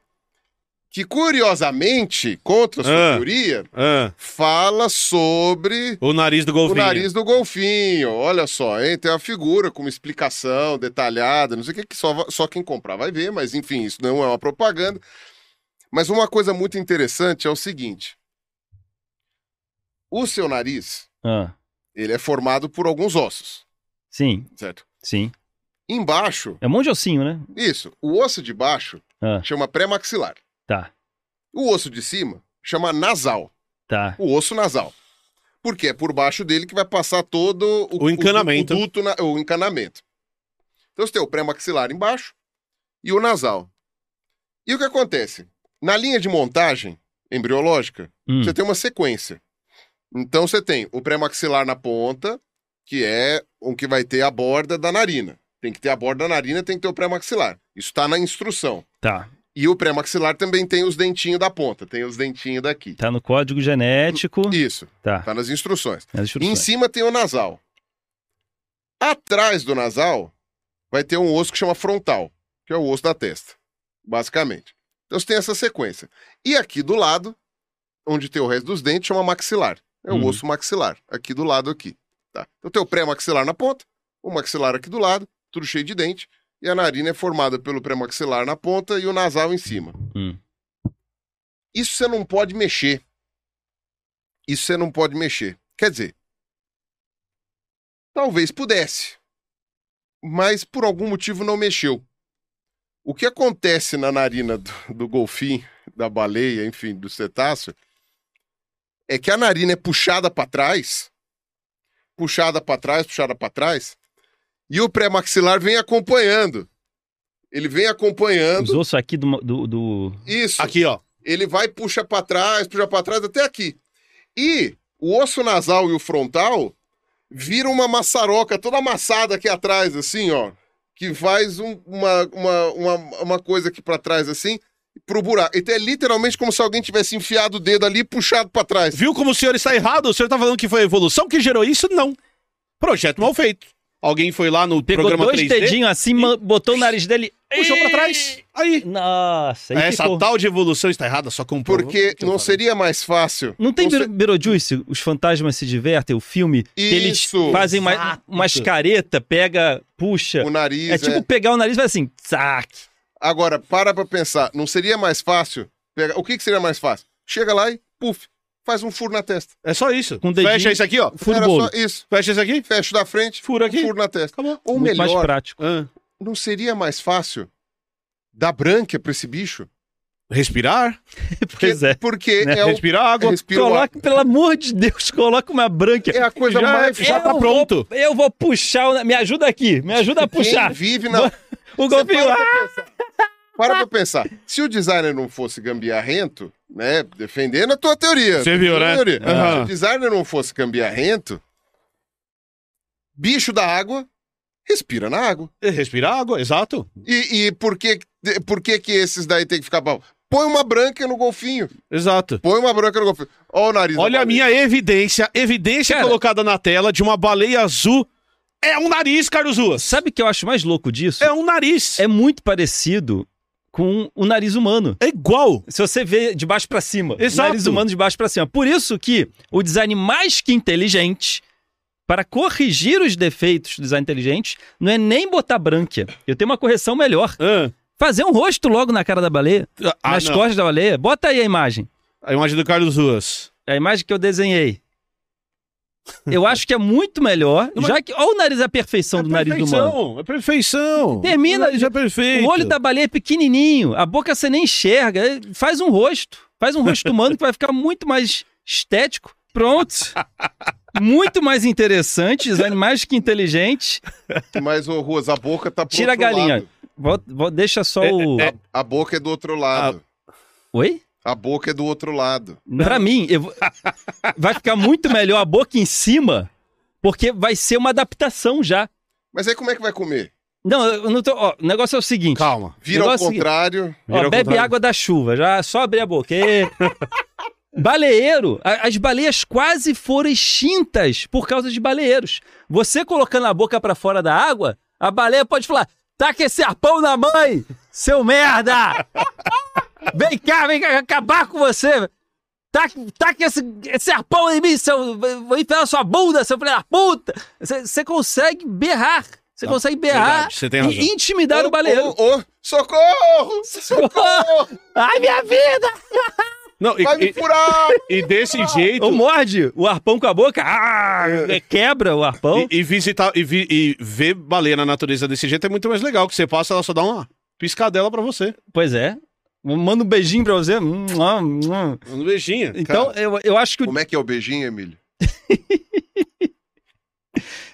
Speaker 2: que, curiosamente, contra a sua
Speaker 1: Ah.
Speaker 2: teoria,
Speaker 1: É.
Speaker 2: fala sobre
Speaker 1: O nariz do
Speaker 2: o
Speaker 1: golfinho.
Speaker 2: nariz do golfinho. Olha só, hein? Tem uma figura com uma explicação detalhada, não sei o que, que só, va- só quem comprar vai ver, mas enfim, isso não é uma propaganda. Mas uma coisa muito interessante é o seguinte: o seu nariz,
Speaker 3: Ah,
Speaker 2: ele é formado por alguns ossos,
Speaker 3: sim,
Speaker 2: certo?
Speaker 3: sim.
Speaker 2: Embaixo,
Speaker 3: É um monte de ossinho, né?
Speaker 2: isso, o osso de baixo
Speaker 3: Ah.
Speaker 2: chama pré-maxilar.
Speaker 3: Tá,
Speaker 2: O osso de cima chama nasal,
Speaker 3: tá.
Speaker 2: o osso nasal. Porque é por baixo dele que vai passar todo
Speaker 1: O encanamento.
Speaker 2: O, duto na- o encanamento. Então você tem o pré-maxilar embaixo e o nasal. E o que acontece? Na linha de montagem embriológica,
Speaker 3: Hum,
Speaker 2: você tem uma sequência. Então você tem o pré-maxilar na ponta, que é o que vai ter a borda da narina. Tem que ter a borda da narina, tem que ter o pré-maxilar. Isso está na instrução.
Speaker 3: Tá,
Speaker 2: E o pré-maxilar também tem os dentinhos da ponta, tem os dentinhos daqui.
Speaker 3: tá no código genético.
Speaker 2: Isso,
Speaker 3: Tá,
Speaker 2: tá nas instruções.
Speaker 3: nas
Speaker 2: E em
Speaker 3: instruções.
Speaker 2: cima tem o nasal. Atrás do nasal vai ter um osso que chama frontal, que é o osso da testa, basicamente. Então você tem essa sequência. E aqui do lado, onde tem o resto dos dentes, chama maxilar. É o
Speaker 3: Uhum.
Speaker 2: osso maxilar, aqui do lado aqui. Tá? Então tem o pré-maxilar na ponta, o maxilar aqui do lado, tudo cheio de dente, e a narina é formada pelo pré-maxilar na ponta e o nasal em cima.
Speaker 3: Hum.
Speaker 2: Isso você não pode mexer. Isso você não pode mexer. Quer dizer, talvez pudesse, mas por algum motivo não mexeu. O que acontece na narina do, do golfinho, da baleia, enfim, do cetáceo, é que a narina é puxada para trás, puxada para trás, puxada para trás, e o pré-maxilar vem acompanhando. Ele vem
Speaker 3: Os
Speaker 2: acompanhando.
Speaker 3: ossos aqui do, do, do-
Speaker 2: Isso.
Speaker 1: Aqui, ó.
Speaker 2: Ele vai puxa para trás, puxa para trás até aqui. E o osso nasal e o frontal vira uma maçaroca toda amassada aqui atrás, assim, ó, que faz um- uma, uma, uma, uma coisa aqui para trás, assim, pro buraco. Então é literalmente como se alguém tivesse enfiado o dedo ali e puxado para trás.
Speaker 1: Viu como o senhor está errado? O senhor está falando que foi a evolução que gerou isso? Não. Projeto mal feito. Alguém foi lá no
Speaker 3: Pegou
Speaker 1: programa
Speaker 3: dois
Speaker 1: 3D,
Speaker 3: dedinhos assim, man- botou o nariz dele.
Speaker 1: puxou pra trás. Aí.
Speaker 3: Nossa, aí
Speaker 1: Essa
Speaker 3: ficou.
Speaker 1: tal de evolução está errada, só comprou.
Speaker 2: Porque não
Speaker 1: sei
Speaker 2: seria mais fácil.
Speaker 3: Não tem
Speaker 2: Não
Speaker 3: Beetlejuice, Beetlejuice, Os Fantasmas Se Divertem, o filme, que eles
Speaker 2: Isso.
Speaker 3: fazem uma,
Speaker 1: Exato.
Speaker 3: umas careta, pega, puxa.
Speaker 2: O nariz.
Speaker 3: É tipo
Speaker 2: né?
Speaker 3: pegar o nariz e vai assim, sac.
Speaker 2: Agora, para pra pensar, não seria mais fácil pegar. O que, que seria mais fácil? Chega lá e, puf, faz um furo na testa.
Speaker 1: É só isso.
Speaker 3: Com o dedinho.
Speaker 1: Fecha isso aqui, ó.
Speaker 3: Furo
Speaker 2: Era
Speaker 3: do bolo.
Speaker 2: só isso.
Speaker 1: Fecha isso aqui.
Speaker 2: Fecho da frente,
Speaker 1: Furo aqui.
Speaker 2: furo na testa.
Speaker 1: Acabou.
Speaker 2: Ou
Speaker 3: Muito mais
Speaker 2: melhor,
Speaker 3: prático.
Speaker 1: Ah.
Speaker 2: não seria mais fácil dar branca pra esse bicho?
Speaker 1: Respirar.
Speaker 2: Porque,
Speaker 3: pois é.
Speaker 2: Porque é, o,
Speaker 1: Respirar água.
Speaker 2: respira o ar.
Speaker 3: Coloca, pelo amor de Deus, coloca uma branca.
Speaker 2: é a coisa
Speaker 1: Já-
Speaker 2: mais.
Speaker 1: já tá
Speaker 3: Eu
Speaker 1: pronto.
Speaker 3: Vou, eu vou puxar. o na- Me ajuda aqui, me ajuda a
Speaker 2: Quem
Speaker 3: puxar.
Speaker 2: vive na.
Speaker 3: O
Speaker 2: Você para
Speaker 3: golfinho lá.
Speaker 2: pra pensar. Para pra pensar. Se o designer não fosse gambiarrento, né? Defendendo a tua teoria.
Speaker 1: Você viu, né?
Speaker 2: Teoria.
Speaker 1: Aham.
Speaker 2: Se o designer não fosse gambiarrento, bicho da água respira na água.
Speaker 1: Respirar água, exato.
Speaker 2: E, e por, que, por que que esses daí tem que ficar bom? Põe uma branca no golfinho.
Speaker 1: Exato.
Speaker 2: Põe uma branca no golfinho. Olha o nariz. da
Speaker 1: Olha a
Speaker 2: baleia.
Speaker 1: minha evidência, evidência
Speaker 3: Cara.
Speaker 1: colocada na tela de uma baleia azul. É um nariz, Carlos Ruas.
Speaker 3: Sabe o que eu acho mais louco disso?
Speaker 1: É um nariz. É,
Speaker 3: É muito parecido com o nariz humano.
Speaker 1: igual.
Speaker 3: Se você vê de baixo pra cima,
Speaker 1: Exato.
Speaker 3: o nariz humano de baixo pra cima. Por isso que o design mais que inteligente para corrigir os defeitos do design inteligente não é nem botar branca. Eu tenho uma correção melhor. Fazer um rosto logo na cara da baleia,
Speaker 1: Ah,
Speaker 3: nas
Speaker 1: não.
Speaker 3: costas da baleia. Bota aí a imagem.
Speaker 1: A imagem do Carlos Ruas.
Speaker 3: É a imagem que eu desenhei. Eu acho que é muito melhor,
Speaker 1: Não, mas-
Speaker 3: já que. Olha o nariz, a perfeição do nariz humano.
Speaker 1: É perfeição.
Speaker 3: Termina-
Speaker 1: O nariz é perfeito.
Speaker 3: O olho da baleia é pequenininho, a boca você nem enxerga. é, Faz um rosto. Faz um rosto humano que vai ficar muito mais estético. Pronto. Muito mais interessante, design mais que inteligente.
Speaker 2: Mas, ô Ruas, a boca tá pro
Speaker 3: Tira a
Speaker 2: outro
Speaker 3: galinha.
Speaker 2: lado.
Speaker 3: Vol- vol- deixa só o.
Speaker 2: A boca é do outro lado.
Speaker 3: Oi?
Speaker 2: A boca é do outro lado.
Speaker 3: Pra mim, eu vou- vai ficar muito melhor a boca em cima, porque vai ser uma adaptação já.
Speaker 2: Mas aí como é que vai comer?
Speaker 3: Não, eu não tô. ó, o negócio é o seguinte.
Speaker 1: Calma.
Speaker 2: Vira
Speaker 3: Negócio é o
Speaker 2: ao
Speaker 3: seguinte,
Speaker 2: contrário.
Speaker 3: Ó,
Speaker 1: Vira ao
Speaker 3: bebe
Speaker 1: contrário.
Speaker 3: água da chuva, já só abrir a boca. Ê. Baleeiro, a- as baleias quase foram extintas por causa de baleeiros. Você colocando a boca pra fora da água, a baleia pode falar: taca esse arpão na mãe, seu merda! Vem cá, vem cá, acabar com você! Taca, taca esse, esse arpão em mim, seu. Vou enfiar na sua bunda, seu filho da puta! Você você consegue berrar. Você consegue berrar
Speaker 1: verdade, você tem razão.
Speaker 3: e intimidar
Speaker 2: Ô,
Speaker 3: o baleeiro.
Speaker 2: ô, ô, socorro! Socorro!
Speaker 3: Ai, minha vida!
Speaker 1: Não, e,
Speaker 2: Vai me
Speaker 1: e,
Speaker 2: furar!
Speaker 1: e
Speaker 3: Ah,
Speaker 1: desse jeito.
Speaker 3: Ou morde o arpão com a boca, ah,
Speaker 1: É.
Speaker 3: quebra o arpão.
Speaker 1: E, e visitar e, vi- e ver baleia na natureza desse jeito é muito mais legal. Que você passa, ela só dá uma piscadela pra você.
Speaker 3: Pois é. Manda um beijinho pra você. Hum, hum, hum.
Speaker 1: Um beijinho.
Speaker 3: Então, eu, eu, acho que, o-
Speaker 2: Como é que é o beijinho, Emílio?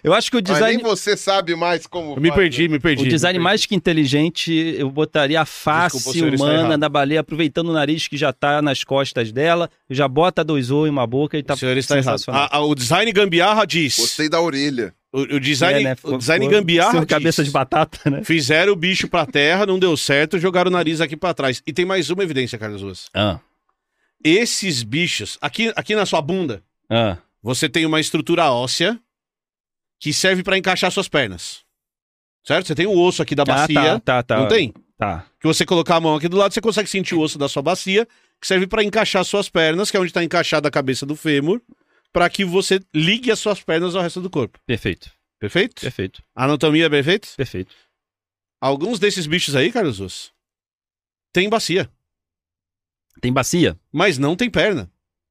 Speaker 3: eu acho que o
Speaker 2: Mas nem
Speaker 3: design,
Speaker 2: você sabe mais como.
Speaker 1: Eu me
Speaker 2: faz,
Speaker 1: perdi,
Speaker 2: né?
Speaker 1: me perdi.
Speaker 3: o design mais que inteligente, eu botaria a face
Speaker 1: Desculpa, o senhor está
Speaker 3: humana
Speaker 1: errado.
Speaker 3: da baleia, aproveitando o nariz que já tá nas costas dela, já bota dois olhos e uma boca e tá
Speaker 1: O senhor está errado. Ah,
Speaker 3: sensacional.
Speaker 1: A- a- o design gambiarra diz.
Speaker 2: Gostei da orelha.
Speaker 1: O, o design,
Speaker 3: É, né?
Speaker 1: o design
Speaker 3: Ficou-
Speaker 1: gambiarra.
Speaker 3: ficou
Speaker 1: diz,
Speaker 3: cabeça de batata, né?
Speaker 1: Fizeram o bicho pra terra, não deu certo, jogaram o nariz aqui pra trás. E tem mais uma evidência, Carlos Ruas.
Speaker 3: Ah,
Speaker 1: Esses bichos, aqui, aqui na sua bunda,
Speaker 3: ah.
Speaker 1: você tem uma estrutura óssea que serve pra encaixar suas pernas. Certo? Você tem o osso aqui da
Speaker 3: Ah,
Speaker 1: bacia.
Speaker 3: tá, tá, tá.
Speaker 1: Não tem?
Speaker 3: Tá.
Speaker 1: Que você colocar a mão aqui do lado, você consegue sentir o osso da sua bacia, que serve pra encaixar suas pernas, que é onde tá encaixada a cabeça do fêmur, pra que você ligue as suas pernas ao resto do corpo.
Speaker 3: Perfeito.
Speaker 1: Perfeito?
Speaker 3: Perfeito.
Speaker 1: Anatomia perfeito?
Speaker 3: Perfeito.
Speaker 1: Alguns desses bichos aí, Carlos Osso, tem bacia,
Speaker 3: Tem bacia?
Speaker 1: mas não tem perna.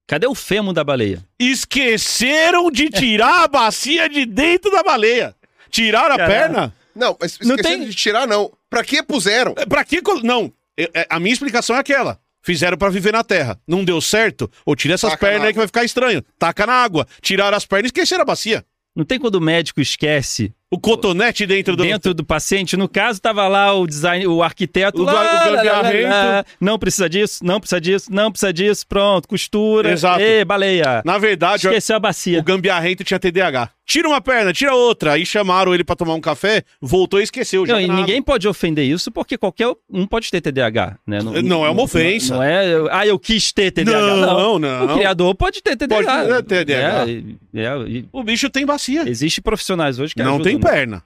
Speaker 3: Cadê o fêmur da baleia?
Speaker 1: Esqueceram de tirar a bacia de dentro da baleia. Tiraram a
Speaker 3: Caralho.
Speaker 1: perna?
Speaker 2: Não, mas
Speaker 3: Não
Speaker 2: esquecendo
Speaker 3: tem-
Speaker 2: de tirar, não. Pra que puseram?
Speaker 1: É, Pra que. col- Não, eu- é, a minha explicação é aquela. Fizeram pra viver na terra. Não deu certo? Ou tira essas
Speaker 2: Taca
Speaker 1: pernas
Speaker 2: na
Speaker 1: aí que vai ficar estranho. Taca na água. Tiraram as pernas e esqueceram a bacia.
Speaker 3: Não tem quando o médico esquece
Speaker 1: O cotonete dentro do.
Speaker 3: dentro do paciente? No caso, tava lá o design, o arquiteto.
Speaker 1: O
Speaker 3: lá,
Speaker 1: do- o
Speaker 3: lá, lá, lá,
Speaker 1: gambiarrento.
Speaker 3: lá. não precisa disso, não precisa disso, não precisa disso. Pronto, costura.
Speaker 1: Exato.
Speaker 3: Ê, baleia.
Speaker 1: Na verdade,
Speaker 3: Esqueceu a
Speaker 1: o
Speaker 3: bacia.
Speaker 1: gambiarrento tinha TDAH. Tira uma perna, tira outra. Aí chamaram ele pra tomar um café, voltou e esqueceu. já
Speaker 3: Não, e
Speaker 1: nada.
Speaker 3: ninguém pode ofender isso porque qualquer um pode ter TDAH, né?
Speaker 1: Não é uma ofensa.
Speaker 3: Não, é, eu- ah, eu quis ter TDAH. Não,
Speaker 1: Não, não.
Speaker 3: O criador pode ter TDAH.
Speaker 1: Pode ter TDAH.
Speaker 3: É, e- é, e-
Speaker 1: O bicho tem bacia.
Speaker 3: existe profissionais hoje que
Speaker 1: Não
Speaker 3: ajudam,
Speaker 1: tem
Speaker 3: né?
Speaker 1: perna.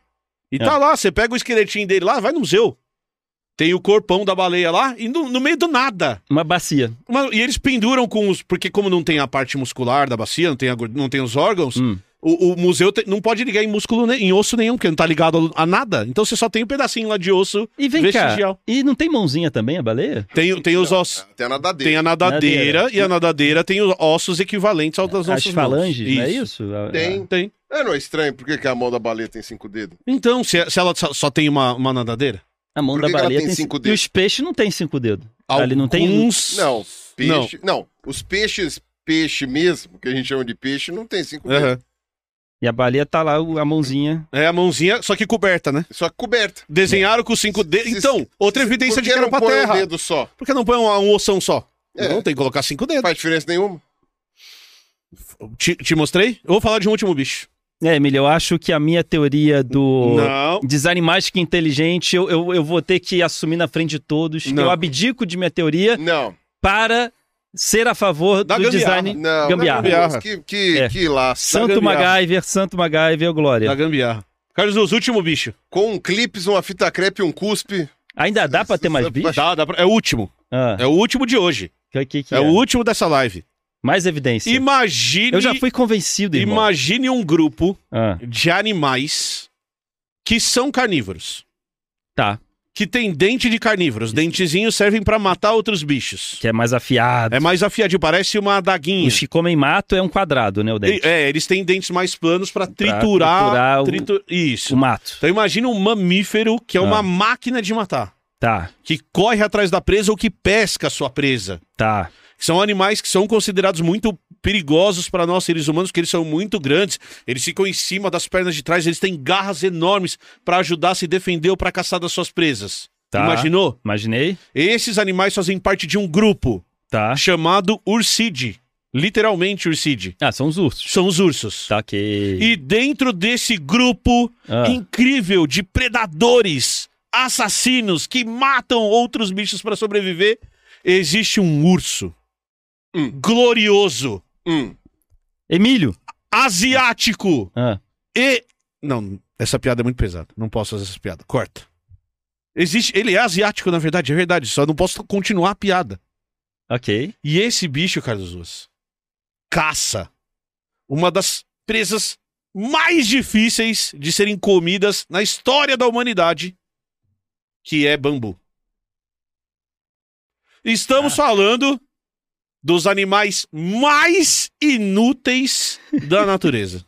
Speaker 1: E
Speaker 3: É.
Speaker 1: tá lá, você pega o esqueletinho dele lá, vai no museu. Tem o corpão da baleia lá e no, no meio do nada.
Speaker 3: Uma bacia.
Speaker 1: Uma- e eles penduram com os. Porque, como não tem a parte muscular da bacia, não tem, a gor- não tem os órgãos,
Speaker 3: Hum.
Speaker 1: o, o museu te- não pode ligar em músculo, ne- em osso nenhum, porque não tá ligado a nada. Então você só tem um pedacinho lá de osso
Speaker 3: E vem
Speaker 1: Vestigial.
Speaker 3: cá. E não tem mãozinha também a baleia?
Speaker 1: Tem, tem os ossos.
Speaker 2: Até a nadadeira.
Speaker 1: Tem a nadadeira, e a nadadeira tem os ossos equivalentes ao das
Speaker 3: As
Speaker 1: nossas mãos.
Speaker 3: falanges, não é isso? A-
Speaker 2: Tem.
Speaker 1: Tem.
Speaker 2: É, não é estranho, por que, que a mão da baleia tem cinco dedos?
Speaker 1: Então, se, se ela só, só tem uma, uma nadadeira?
Speaker 3: A mão
Speaker 2: Por
Speaker 3: da
Speaker 2: que que ela
Speaker 3: baleia
Speaker 2: tem cinco
Speaker 3: E
Speaker 2: dedos?
Speaker 3: os peixes não tem cinco dedos. Ali Ah, não tem-
Speaker 1: Alguns-
Speaker 2: Não, peixe. Não. os peixes, peixe mesmo, que a gente chama de peixe, não tem cinco dedos.
Speaker 1: Aham.
Speaker 3: E a baleia tá lá, o- a mãozinha.
Speaker 1: É a mãozinha, só que coberta, né?
Speaker 2: Só que coberta.
Speaker 1: Desenharam com cinco dedos.
Speaker 2: Se-
Speaker 1: Então, outra evidência
Speaker 2: Por
Speaker 1: de
Speaker 2: que
Speaker 1: que era
Speaker 2: não
Speaker 1: pra
Speaker 2: põe um
Speaker 1: terra.
Speaker 2: dedo só?
Speaker 1: Por que não põe um, um ossão só?
Speaker 2: É.
Speaker 1: Não, tem que colocar cinco
Speaker 2: Não
Speaker 1: dedos.
Speaker 2: faz diferença nenhuma.
Speaker 1: Te, te mostrei? Eu vou falar de um último bicho.
Speaker 3: É, Emílio, eu acho que a minha teoria do
Speaker 1: Não.
Speaker 3: design mais que inteligente, eu, eu, eu vou ter que assumir na frente de todos. que
Speaker 1: Não.
Speaker 3: Eu abdico de minha teoria
Speaker 2: Não,
Speaker 3: para ser a favor
Speaker 1: Da
Speaker 3: do
Speaker 1: gambiarra.
Speaker 3: design.
Speaker 2: não.
Speaker 3: Gambiarra.
Speaker 2: Gambiarra. Que, que,
Speaker 3: É.
Speaker 2: que laço.
Speaker 3: Santo
Speaker 1: gambiarra.
Speaker 3: MacGyver, Santo MacGyver, Glória.
Speaker 1: Da gambiarra. Carlos Luz, último bicho.
Speaker 2: Com um clips, uma fita crepe, um cuspe.
Speaker 3: Ainda dá pra ter mais bicho?
Speaker 1: Dá, dá pra- É o último.
Speaker 3: Ah,
Speaker 1: É o último de hoje.
Speaker 3: que, que, que
Speaker 1: É,
Speaker 3: é?
Speaker 1: o último dessa live.
Speaker 3: Mais evidência.
Speaker 1: Imagine.
Speaker 3: Eu já fui convencido, irmão.
Speaker 1: Imagine um grupo
Speaker 3: Ah,
Speaker 1: de animais que são carnívoros.
Speaker 3: tá.
Speaker 1: Que tem dente de carnívoros. Dentezinhos servem pra matar outros bichos.
Speaker 3: Que é mais afiado.
Speaker 1: É mais afiadinho, parece uma adaguinha.
Speaker 3: Os que comem mato é um quadrado, né, o dente?
Speaker 1: É, eles têm dentes mais planos pra triturar.
Speaker 3: triturar o-
Speaker 1: tritu- Isso.
Speaker 3: O mato.
Speaker 1: Então imagina um mamífero que é
Speaker 3: Ah.
Speaker 1: uma máquina de matar,
Speaker 3: Tá,
Speaker 1: que corre atrás da presa ou que pesca a sua presa.
Speaker 3: tá.
Speaker 1: São animais que são considerados muito perigosos para nós seres humanos, porque eles são muito grandes, eles ficam em cima das pernas de trás, eles têm garras enormes para ajudar a se defender ou para caçar das suas presas.
Speaker 3: Tá.
Speaker 1: Imaginou?
Speaker 3: Imaginei?
Speaker 1: Esses animais fazem parte de um grupo
Speaker 3: Tá.
Speaker 1: chamado Urside. Literalmente Urside.
Speaker 3: Ah, são os ursos.
Speaker 1: São os ursos.
Speaker 3: Tá, ok.
Speaker 1: E dentro desse grupo
Speaker 3: Ah.
Speaker 1: incrível de predadores, assassinos que matam outros bichos para sobreviver, existe um urso
Speaker 2: Hum.
Speaker 1: glorioso,
Speaker 2: Hum.
Speaker 3: Emílio.
Speaker 1: asiático
Speaker 3: Ah,
Speaker 1: e não, essa piada é muito pesada. Não posso fazer essa piada. Corta. Existe, ele é asiático na verdade, é verdade, só não posso continuar a piada.
Speaker 3: ok.
Speaker 1: E esse bicho, Carlos Ruas, caça uma das presas mais difíceis de serem comidas na história da humanidade, que é bambu.
Speaker 3: Ah.
Speaker 1: Estamos falando dos animais mais inúteis da natureza.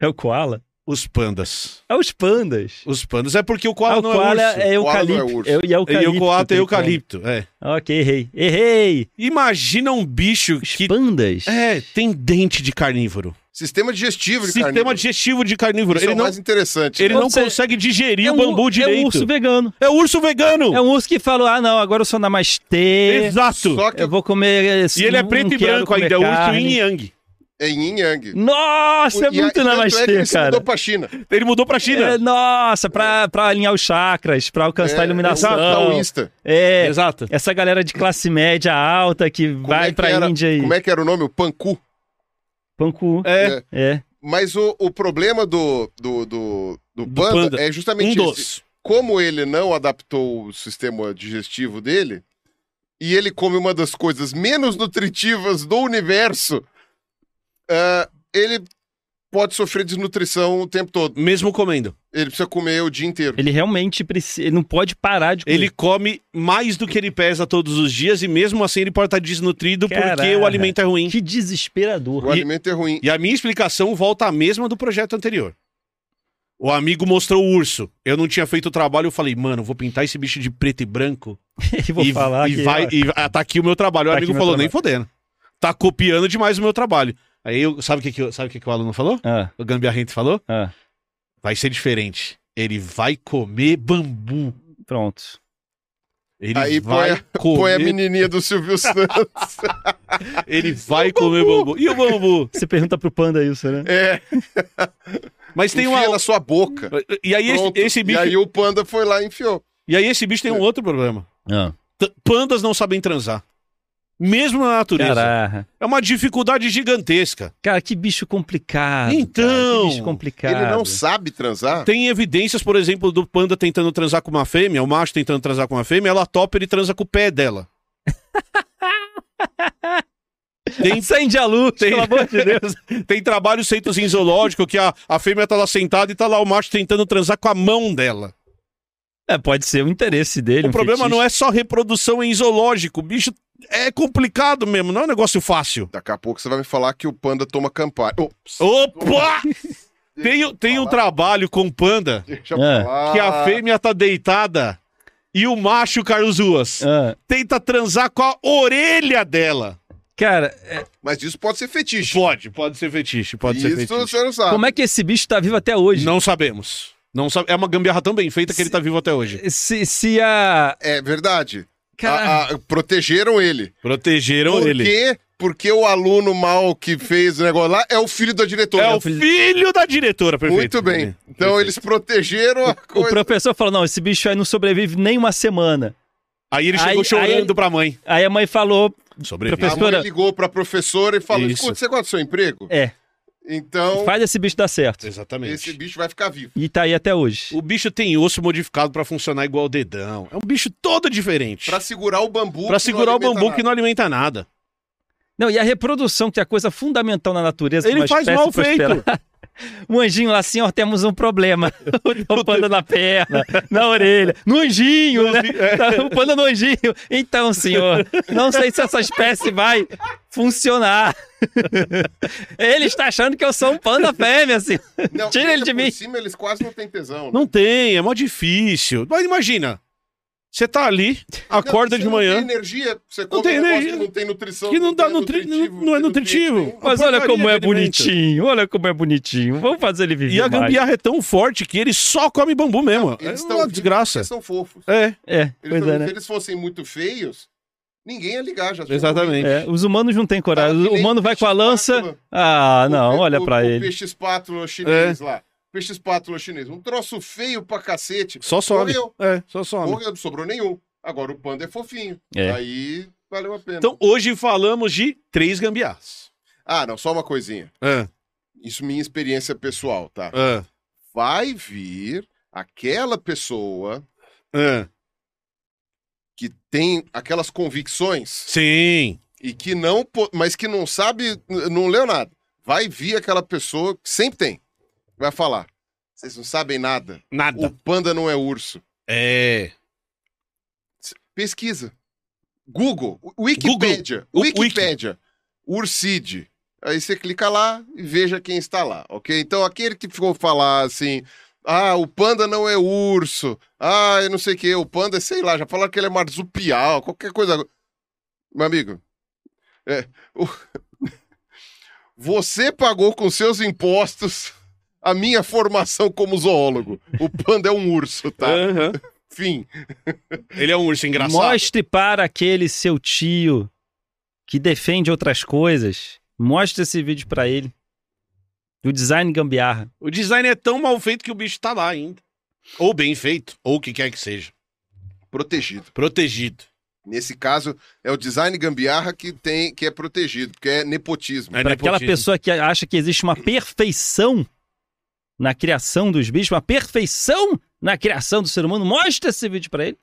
Speaker 3: É o koala?
Speaker 1: Os pandas.
Speaker 3: É os pandas.
Speaker 1: Os pandas é porque o
Speaker 3: Ah,
Speaker 1: koala
Speaker 3: o
Speaker 1: não
Speaker 3: koala
Speaker 1: é urso.
Speaker 3: é
Speaker 2: Koala não é
Speaker 3: eucalipto.
Speaker 2: urso.
Speaker 3: É, e eucalipto.
Speaker 1: E o koala
Speaker 3: que
Speaker 1: é
Speaker 3: ele
Speaker 1: eucalipto. É.
Speaker 3: come. Ok, errei. Errei.
Speaker 1: Imagina um bicho
Speaker 3: Os
Speaker 1: que
Speaker 3: pandas?
Speaker 1: é, tem dente de carnívoro.
Speaker 2: Sistema digestivo de
Speaker 1: Sistema
Speaker 2: carnívoro.
Speaker 1: digestivo de carnívoro.
Speaker 2: Isso é
Speaker 1: Ele
Speaker 2: o
Speaker 1: não,
Speaker 2: mais interessante.
Speaker 1: ele
Speaker 2: né?
Speaker 1: não
Speaker 3: Você-
Speaker 1: consegue digerir
Speaker 3: É
Speaker 1: o
Speaker 3: um-
Speaker 1: bambu
Speaker 3: É um
Speaker 1: direito.
Speaker 3: urso vegano.
Speaker 1: É o urso vegano.
Speaker 3: É um urso que falou, ah, não, agora eu sou namastê.
Speaker 1: Exato.
Speaker 2: Só que
Speaker 3: Eu vou comer... esse-
Speaker 1: E ele é
Speaker 3: não
Speaker 1: preto e
Speaker 3: um quero
Speaker 1: branco
Speaker 3: comer
Speaker 1: ainda. É urso
Speaker 3: carne.
Speaker 1: yin e yang.
Speaker 2: é yin e yang.
Speaker 3: Nossa, é
Speaker 2: E a-
Speaker 3: muito
Speaker 2: e tanto é que
Speaker 3: namastê,
Speaker 2: ele se
Speaker 3: cara.
Speaker 2: mudou pra China.
Speaker 1: Ele mudou pra China.
Speaker 3: É, nossa, pra, pra alinhar os chakras, pra alcançar a iluminação.
Speaker 2: É, um taoísta.
Speaker 3: É,
Speaker 1: Exato.
Speaker 3: essa galera de classe média alta que
Speaker 2: Como é
Speaker 3: vai
Speaker 2: que
Speaker 3: pra
Speaker 2: era-
Speaker 3: Índia e
Speaker 2: Como é que era o nome? O Panku.
Speaker 3: Panku.
Speaker 1: É.
Speaker 3: É.
Speaker 2: Mas o, o problema do, do, do, do panda
Speaker 1: panda.
Speaker 2: é
Speaker 1: Um
Speaker 2: justamente esse.
Speaker 1: dos.
Speaker 2: Como ele não adaptou o sistema digestivo dele, e ele come uma das coisas menos nutritivas do universo, ah, ele pode sofrer desnutrição o tempo todo.
Speaker 1: Mesmo comendo.
Speaker 2: Ele precisa comer o dia inteiro.
Speaker 3: Ele realmente precisa. Ele não pode parar de comer.
Speaker 2: Hum.
Speaker 1: Ele come mais do que ele pesa todos os dias e mesmo assim ele pode estar desnutrido porque
Speaker 3: Caraca.
Speaker 1: o alimento é ruim.
Speaker 3: Que desesperador.
Speaker 2: O alimento é ruim.
Speaker 1: E a minha explicação volta à mesma do projeto anterior. O amigo mostrou o urso. Eu não tinha feito o trabalho, eu falei, mano, vou pintar esse bicho de preto e branco.
Speaker 3: E vou
Speaker 1: e,
Speaker 3: falar
Speaker 1: e
Speaker 3: que-
Speaker 1: vai, e ah, tá aqui o meu trabalho. o
Speaker 3: Tá aqui
Speaker 1: amigo
Speaker 3: meu
Speaker 1: falou,
Speaker 3: trabalho.
Speaker 1: nem fodendo. Tá copiando demais o meu trabalho. Aí eu, sabe o que, que, eu- sabe o que, que o aluno falou?
Speaker 3: Ah,
Speaker 1: O Gambiarrente falou?
Speaker 3: ah,
Speaker 1: Vai ser diferente. Ele vai comer bambu.
Speaker 3: pronto.
Speaker 1: Ele
Speaker 2: Aí põe
Speaker 1: vai
Speaker 2: a-
Speaker 1: comer.
Speaker 2: Põe a menininha do Silvio Santos.
Speaker 1: Ele vai comer bambu. E o bambu?
Speaker 3: Você pergunta pro panda isso, né?
Speaker 2: é,
Speaker 1: Mas tem uma.
Speaker 2: enfia na sua boca.
Speaker 1: E aí esse,
Speaker 2: Pronto.
Speaker 1: esse bicho.
Speaker 2: E aí o panda foi lá e enfiou.
Speaker 1: esse bicho tem um outro problema.
Speaker 3: Ah.
Speaker 1: T- Pandas não sabem transar. Mesmo na natureza.
Speaker 3: Caraca.
Speaker 1: É uma dificuldade gigantesca.
Speaker 3: Cara, que bicho complicado.
Speaker 1: Então,
Speaker 3: cara. Que bicho complicado.
Speaker 2: Ele não sabe transar?
Speaker 1: Tem evidências, por exemplo, do panda tentando transar com uma fêmea, o macho tentando transar com uma fêmea, ela topa ele transa com o pé dela. Tem,
Speaker 3: Incende a luz,
Speaker 1: Tem-
Speaker 3: pelo amor de Deus.
Speaker 1: tem trabalhos feitos em zoológico que a, a fêmea tá lá sentada e tá lá o macho tentando transar com a mão dela.
Speaker 3: É, pode ser o interesse dele. um
Speaker 1: o problema não é só reprodução em zoológico. O bicho é complicado mesmo, não é um negócio fácil.
Speaker 2: Daqui a pouco você vai me falar que o panda toma Campari. Ops,
Speaker 1: Opa! Tem, o- tem um
Speaker 2: falar.
Speaker 1: trabalho com panda
Speaker 2: deixa eu
Speaker 3: É.
Speaker 2: falar.
Speaker 1: que a fêmea tá deitada e o macho, Carlos Ruas,
Speaker 3: Ah,
Speaker 1: tenta transar com a orelha dela.
Speaker 3: cara, é,
Speaker 2: Mas isso pode ser fetiche.
Speaker 1: Pode, pode ser fetiche, pode ser
Speaker 2: isso
Speaker 1: fetiche.
Speaker 2: você não sabe.
Speaker 3: como é que esse bicho tá vivo até hoje?
Speaker 1: Não sabemos. Não sabe... É uma gambiarra tão bem feita que ele tá vivo até hoje.
Speaker 3: Se, se a.
Speaker 2: É verdade.
Speaker 3: Cara,
Speaker 2: A- a- protegeram ele.
Speaker 1: Protegeram
Speaker 2: Por
Speaker 1: ele.
Speaker 2: quê? Porque o aluno mal que fez o negócio lá é o filho da diretora.
Speaker 1: É o filho da diretora, perfeito.
Speaker 2: Muito bem. Então eles protegeram a
Speaker 3: o
Speaker 2: coisa.
Speaker 3: professor falou: não, esse bicho aí não sobrevive nem uma semana.
Speaker 1: Aí ele chegou
Speaker 3: Aí-
Speaker 1: chorando
Speaker 3: aí ele-
Speaker 1: pra mãe.
Speaker 3: Aí a mãe falou:
Speaker 1: Sobrevive.
Speaker 2: A
Speaker 3: professor- professora-
Speaker 2: mãe ligou pra professora e falou:
Speaker 1: Isso.
Speaker 2: Escuta, você gosta do seu emprego?
Speaker 3: é,
Speaker 2: Então,
Speaker 3: faz esse bicho dar certo.
Speaker 1: Exatamente.
Speaker 2: esse bicho vai ficar vivo.
Speaker 3: E tá aí até hoje.
Speaker 1: O bicho tem osso modificado pra funcionar igual o dedão. É um bicho todo diferente.
Speaker 2: Pra segurar o bambu.
Speaker 1: Pra segurar o bambu que não alimenta nada.
Speaker 3: Não, e a reprodução, que é a coisa fundamental na natureza.
Speaker 1: Ele
Speaker 3: pra uma
Speaker 1: faz
Speaker 3: espécie
Speaker 1: mal feito.
Speaker 3: prosperar. Um anjinho lá, senhor, temos um problema. O panda na perna, na orelha, no anjinho, né?
Speaker 1: é.
Speaker 3: O panda no anjinho. Então, senhor, não sei se essa espécie vai funcionar. Ele está achando que eu sou um panda fêmea, senhor.
Speaker 2: Não,
Speaker 3: Tira ele de
Speaker 2: por
Speaker 3: mim.
Speaker 2: cima eles quase não têm tesão. né?
Speaker 1: Não tem, é mó difícil. Mas imagina. Você tá ali, acorda de
Speaker 2: Não, você Não
Speaker 1: manhã.
Speaker 2: tem energia, você come
Speaker 1: tem
Speaker 2: um negócio
Speaker 1: energia.
Speaker 2: que não tem nutrição.
Speaker 1: Que não dá
Speaker 2: é
Speaker 1: nutri- não- não é
Speaker 2: tem nutriente
Speaker 1: nutritivo.
Speaker 2: nenhum.
Speaker 3: Mas
Speaker 1: Uma
Speaker 3: olha como
Speaker 1: porcaria
Speaker 3: é
Speaker 1: de alimento.
Speaker 3: bonitinho, olha como é bonitinho. Vamos fazer ele viver
Speaker 1: E a
Speaker 3: mais.
Speaker 1: gambiarra é tão forte que ele só come bambu mesmo.
Speaker 2: Eles
Speaker 1: é
Speaker 2: estão
Speaker 1: uma
Speaker 2: vivos
Speaker 1: desgraça.
Speaker 2: porque são fofos.
Speaker 1: É,
Speaker 3: É,
Speaker 2: Eles
Speaker 3: pois
Speaker 2: tão-
Speaker 3: é, né?
Speaker 2: Se eles fossem muito feios, ninguém ia ligar. Já tinha
Speaker 1: exatamente.
Speaker 3: É, os humanos não têm
Speaker 2: Ah,
Speaker 3: coragem.
Speaker 2: que
Speaker 3: O
Speaker 2: nem
Speaker 3: humano vai com a lança.
Speaker 2: espátula.
Speaker 3: Ah,
Speaker 2: O
Speaker 3: não,
Speaker 2: pe-
Speaker 3: olha
Speaker 2: o-
Speaker 3: pra
Speaker 2: o
Speaker 3: ele.
Speaker 2: Peixe espátula
Speaker 1: É.
Speaker 2: chinês lá. Peixe espátula chinês. Um troço feio pra cacete.
Speaker 1: Só some.
Speaker 2: Morreu.
Speaker 1: É, só some.
Speaker 2: Morreu, não sobrou nenhum. Agora o panda é fofinho.
Speaker 3: É.
Speaker 2: Aí valeu a pena.
Speaker 1: Então hoje falamos de três gambiarras.
Speaker 2: Ah, não, só uma coisinha.
Speaker 1: É,
Speaker 2: Isso minha experiência pessoal, tá?
Speaker 1: é,
Speaker 2: Vai vir aquela pessoa
Speaker 1: é.
Speaker 2: que tem aquelas convicções
Speaker 1: Sim.
Speaker 2: e que não, po- mas que não sabe, n- não leu nada. Vai vir aquela pessoa que sempre tem. Vai falar: "Vocês não sabem nada. O
Speaker 1: Nada.
Speaker 2: panda não é urso."
Speaker 1: É.
Speaker 2: Pesquisa. Google, Wikipedia,
Speaker 1: O- Wiki.
Speaker 2: Wikipedia, Urcid. Aí você clica lá e veja quem está lá, ok? Então aquele que ficou falar assim, ah, o panda não é urso, ah, eu não sei o que, o panda, é, sei lá, já falaram que ele é marsupial, qualquer coisa. Meu amigo, é, o- você pagou com seus impostos a minha formação como zoólogo. O panda é um urso, tá?
Speaker 1: Aham.
Speaker 2: Fim.
Speaker 1: Ele é um urso engraçado.
Speaker 3: Mostre para aquele seu tio que defende outras coisas. Mostre esse vídeo pra ele. Do design gambiarra.
Speaker 1: O design é tão mal feito que o bicho tá lá ainda. Ou bem feito, ou o que quer que seja.
Speaker 2: Protegido.
Speaker 1: Protegido.
Speaker 2: Nesse caso, é o design gambiarra que tem que é protegido, porque é nepotismo.
Speaker 1: É
Speaker 3: Pra
Speaker 1: nepotismo.
Speaker 3: aquela pessoa que acha que existe uma perfeição na criação dos bichos, uma perfeição na criação do ser humano, mostre esse vídeo pra ele,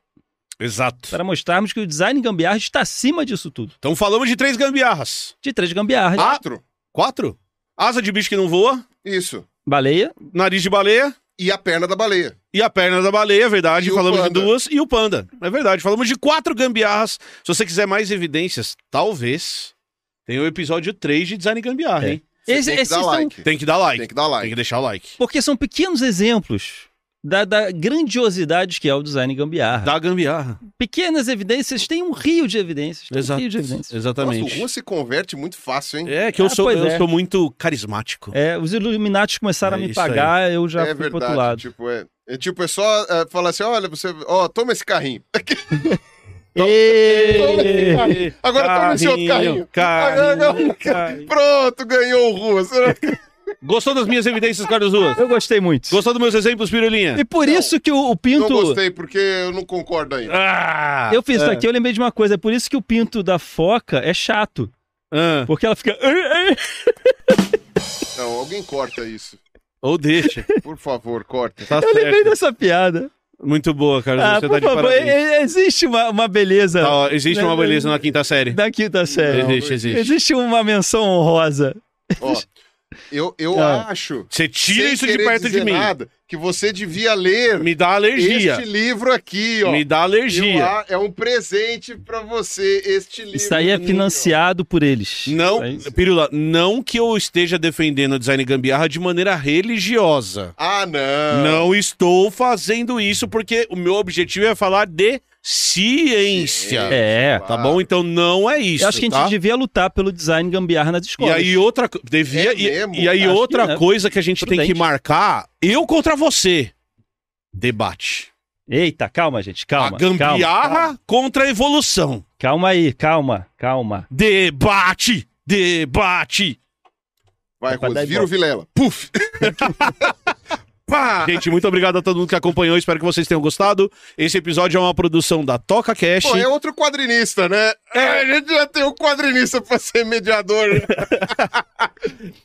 Speaker 1: Exato.
Speaker 3: para mostrarmos que o design gambiarra está acima disso tudo.
Speaker 1: Então falamos de três gambiarras.
Speaker 3: De três gambiarras.
Speaker 1: Ah,
Speaker 2: Quatro?
Speaker 1: Quatro? Asa de bicho que não voa?
Speaker 2: Isso.
Speaker 3: Baleia,
Speaker 1: Nariz de baleia
Speaker 2: E a perna da baleia.
Speaker 1: e a perna da baleia, é verdade.
Speaker 2: E o
Speaker 1: falamos de
Speaker 2: panda.
Speaker 1: duas. E o panda, é verdade. Falamos de quatro gambiarras. Se você quiser mais evidências, talvez tenha o episódio 3 de Design Gambiarra,
Speaker 3: É.
Speaker 1: hein?
Speaker 3: Esse-
Speaker 2: tem que
Speaker 3: esses
Speaker 2: dar
Speaker 3: são-
Speaker 2: like.
Speaker 1: Tem que dar like.
Speaker 2: Tem que dar
Speaker 1: Tem que
Speaker 2: like.
Speaker 1: deixar o like.
Speaker 3: porque são pequenos exemplos da, da grandiosidade que é o design gambiarra.
Speaker 1: Da gambiarra.
Speaker 3: Pequenas evidências, tem um rio de evidências. tem Um
Speaker 1: Exato.
Speaker 3: rio de evidências.
Speaker 2: Nossa, assim? o
Speaker 1: Exatamente.
Speaker 2: Rua se converte muito fácil, hein?
Speaker 1: É, que eu,
Speaker 3: Ah,
Speaker 1: sou,
Speaker 3: pois
Speaker 1: eu
Speaker 3: é.
Speaker 1: sou muito carismático.
Speaker 3: É, os Illuminati começaram
Speaker 1: É
Speaker 3: a me
Speaker 1: isso aí.
Speaker 3: pagar, eu já
Speaker 2: É
Speaker 3: fui pro outro
Speaker 2: verdade.
Speaker 3: lado.
Speaker 2: Tipo, é, é tipo, é só é, falar assim: olha, você. Ó, toma esse carrinho.
Speaker 1: Então,
Speaker 2: Toma esse
Speaker 3: Ê!
Speaker 2: carrinho. Agora toma esse outro carrinho. Agora- agora-
Speaker 1: carrinho, carrinho.
Speaker 2: Pronto, ganhou o Rua. Você não-
Speaker 1: Gostou das minhas evidências, Carlos Ruas?
Speaker 3: Eu gostei muito.
Speaker 1: Gostou dos meus exemplos, Pirulinha?
Speaker 3: E por isso que o, o
Speaker 2: Não
Speaker 3: Pinto.
Speaker 2: gostei, porque eu não concordo ainda.
Speaker 1: Ah!
Speaker 3: Eu fiz isso aqui, eu lembrei de uma coisa. É por isso que o Pinto da Foca é chato.
Speaker 1: Ah,
Speaker 3: Porque ela fica.
Speaker 2: Não, alguém corta isso.
Speaker 1: ou deixa.
Speaker 2: Por favor, corta.
Speaker 1: Tá
Speaker 3: Eu lembrei
Speaker 1: certo.
Speaker 3: dessa piada.
Speaker 1: Muito boa, Carlos.
Speaker 3: Ah,
Speaker 1: você tá
Speaker 3: por
Speaker 1: de
Speaker 3: favor,
Speaker 1: parabéns.
Speaker 3: e- e- existe uma, uma beleza
Speaker 1: Tá, ó, existe uma beleza na quinta série.
Speaker 3: da quinta série.
Speaker 2: Não,
Speaker 1: existe, existe.
Speaker 3: Existe uma menção honrosa.
Speaker 2: Ó, eu eu
Speaker 3: Ah.
Speaker 2: acho.
Speaker 1: Você tira
Speaker 2: sem
Speaker 1: isso de
Speaker 2: querer
Speaker 1: perto de
Speaker 2: dizer
Speaker 1: mim.
Speaker 2: nada, que você devia ler
Speaker 1: Me dá alergia.
Speaker 2: este livro aqui, ó.
Speaker 1: Me dá
Speaker 2: Eu
Speaker 1: alergia.
Speaker 2: a- é um presente pra você este livro.
Speaker 3: Isso aí é
Speaker 2: aqui, ó.
Speaker 3: financiado por eles.
Speaker 1: Não,
Speaker 3: É Isso aí-
Speaker 1: Pirula, não que eu esteja defendendo o design gambiarra de maneira religiosa.
Speaker 2: Ah, não.
Speaker 1: Não estou fazendo isso porque o meu objetivo é falar de ciência.
Speaker 3: É.
Speaker 1: Tá bom? Então não é isso.
Speaker 3: Eu acho que a gente
Speaker 1: tá?
Speaker 3: devia lutar pelo design gambiarra nas
Speaker 1: E
Speaker 3: escolas.
Speaker 1: aí outra co- devia
Speaker 2: É
Speaker 1: e-
Speaker 2: mesmo?
Speaker 1: e, aí
Speaker 3: Acho que
Speaker 1: outra
Speaker 3: não. é.
Speaker 1: coisa que a gente tem que
Speaker 3: Prudente.
Speaker 1: marcar, eu contra você. Debate.
Speaker 3: Eita, calma, gente, calma.
Speaker 1: a gambiarra
Speaker 3: Calma, calma,
Speaker 1: contra a evolução.
Speaker 3: calma aí, calma, calma.
Speaker 1: Debate, debate.
Speaker 2: Vai,
Speaker 3: É pra
Speaker 2: Rose,
Speaker 3: dar
Speaker 2: vira o
Speaker 3: ibope.
Speaker 2: Vilela. Puf!
Speaker 3: Ah.
Speaker 2: Pá!
Speaker 1: Gente, muito obrigado a todo mundo que acompanhou, espero que vocês tenham gostado. Esse episódio é uma produção da Toca Cash.
Speaker 2: Pô, é outro quadrinista, né? É, a gente já tem um quadrinista pra ser mediador. né?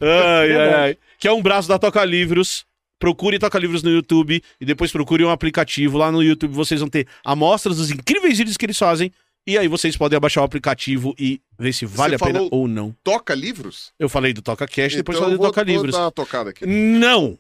Speaker 1: Ai, ai, ai. Que é um braço da Toca Livros. Procure Toca Livros no YouTube e depois procure um aplicativo. Lá no YouTube vocês vão ter amostras dos incríveis vídeos que eles fazem. E aí vocês podem abaixar o aplicativo e ver se vale a pena
Speaker 2: falou-
Speaker 1: ou não.
Speaker 2: Toca livros?
Speaker 1: Eu falei do Toca Cash, depois
Speaker 2: Então
Speaker 1: falei
Speaker 2: eu
Speaker 1: do
Speaker 2: vou,
Speaker 1: Toca
Speaker 2: vou
Speaker 1: Livros.
Speaker 2: dar uma tocada aqui.
Speaker 1: Não!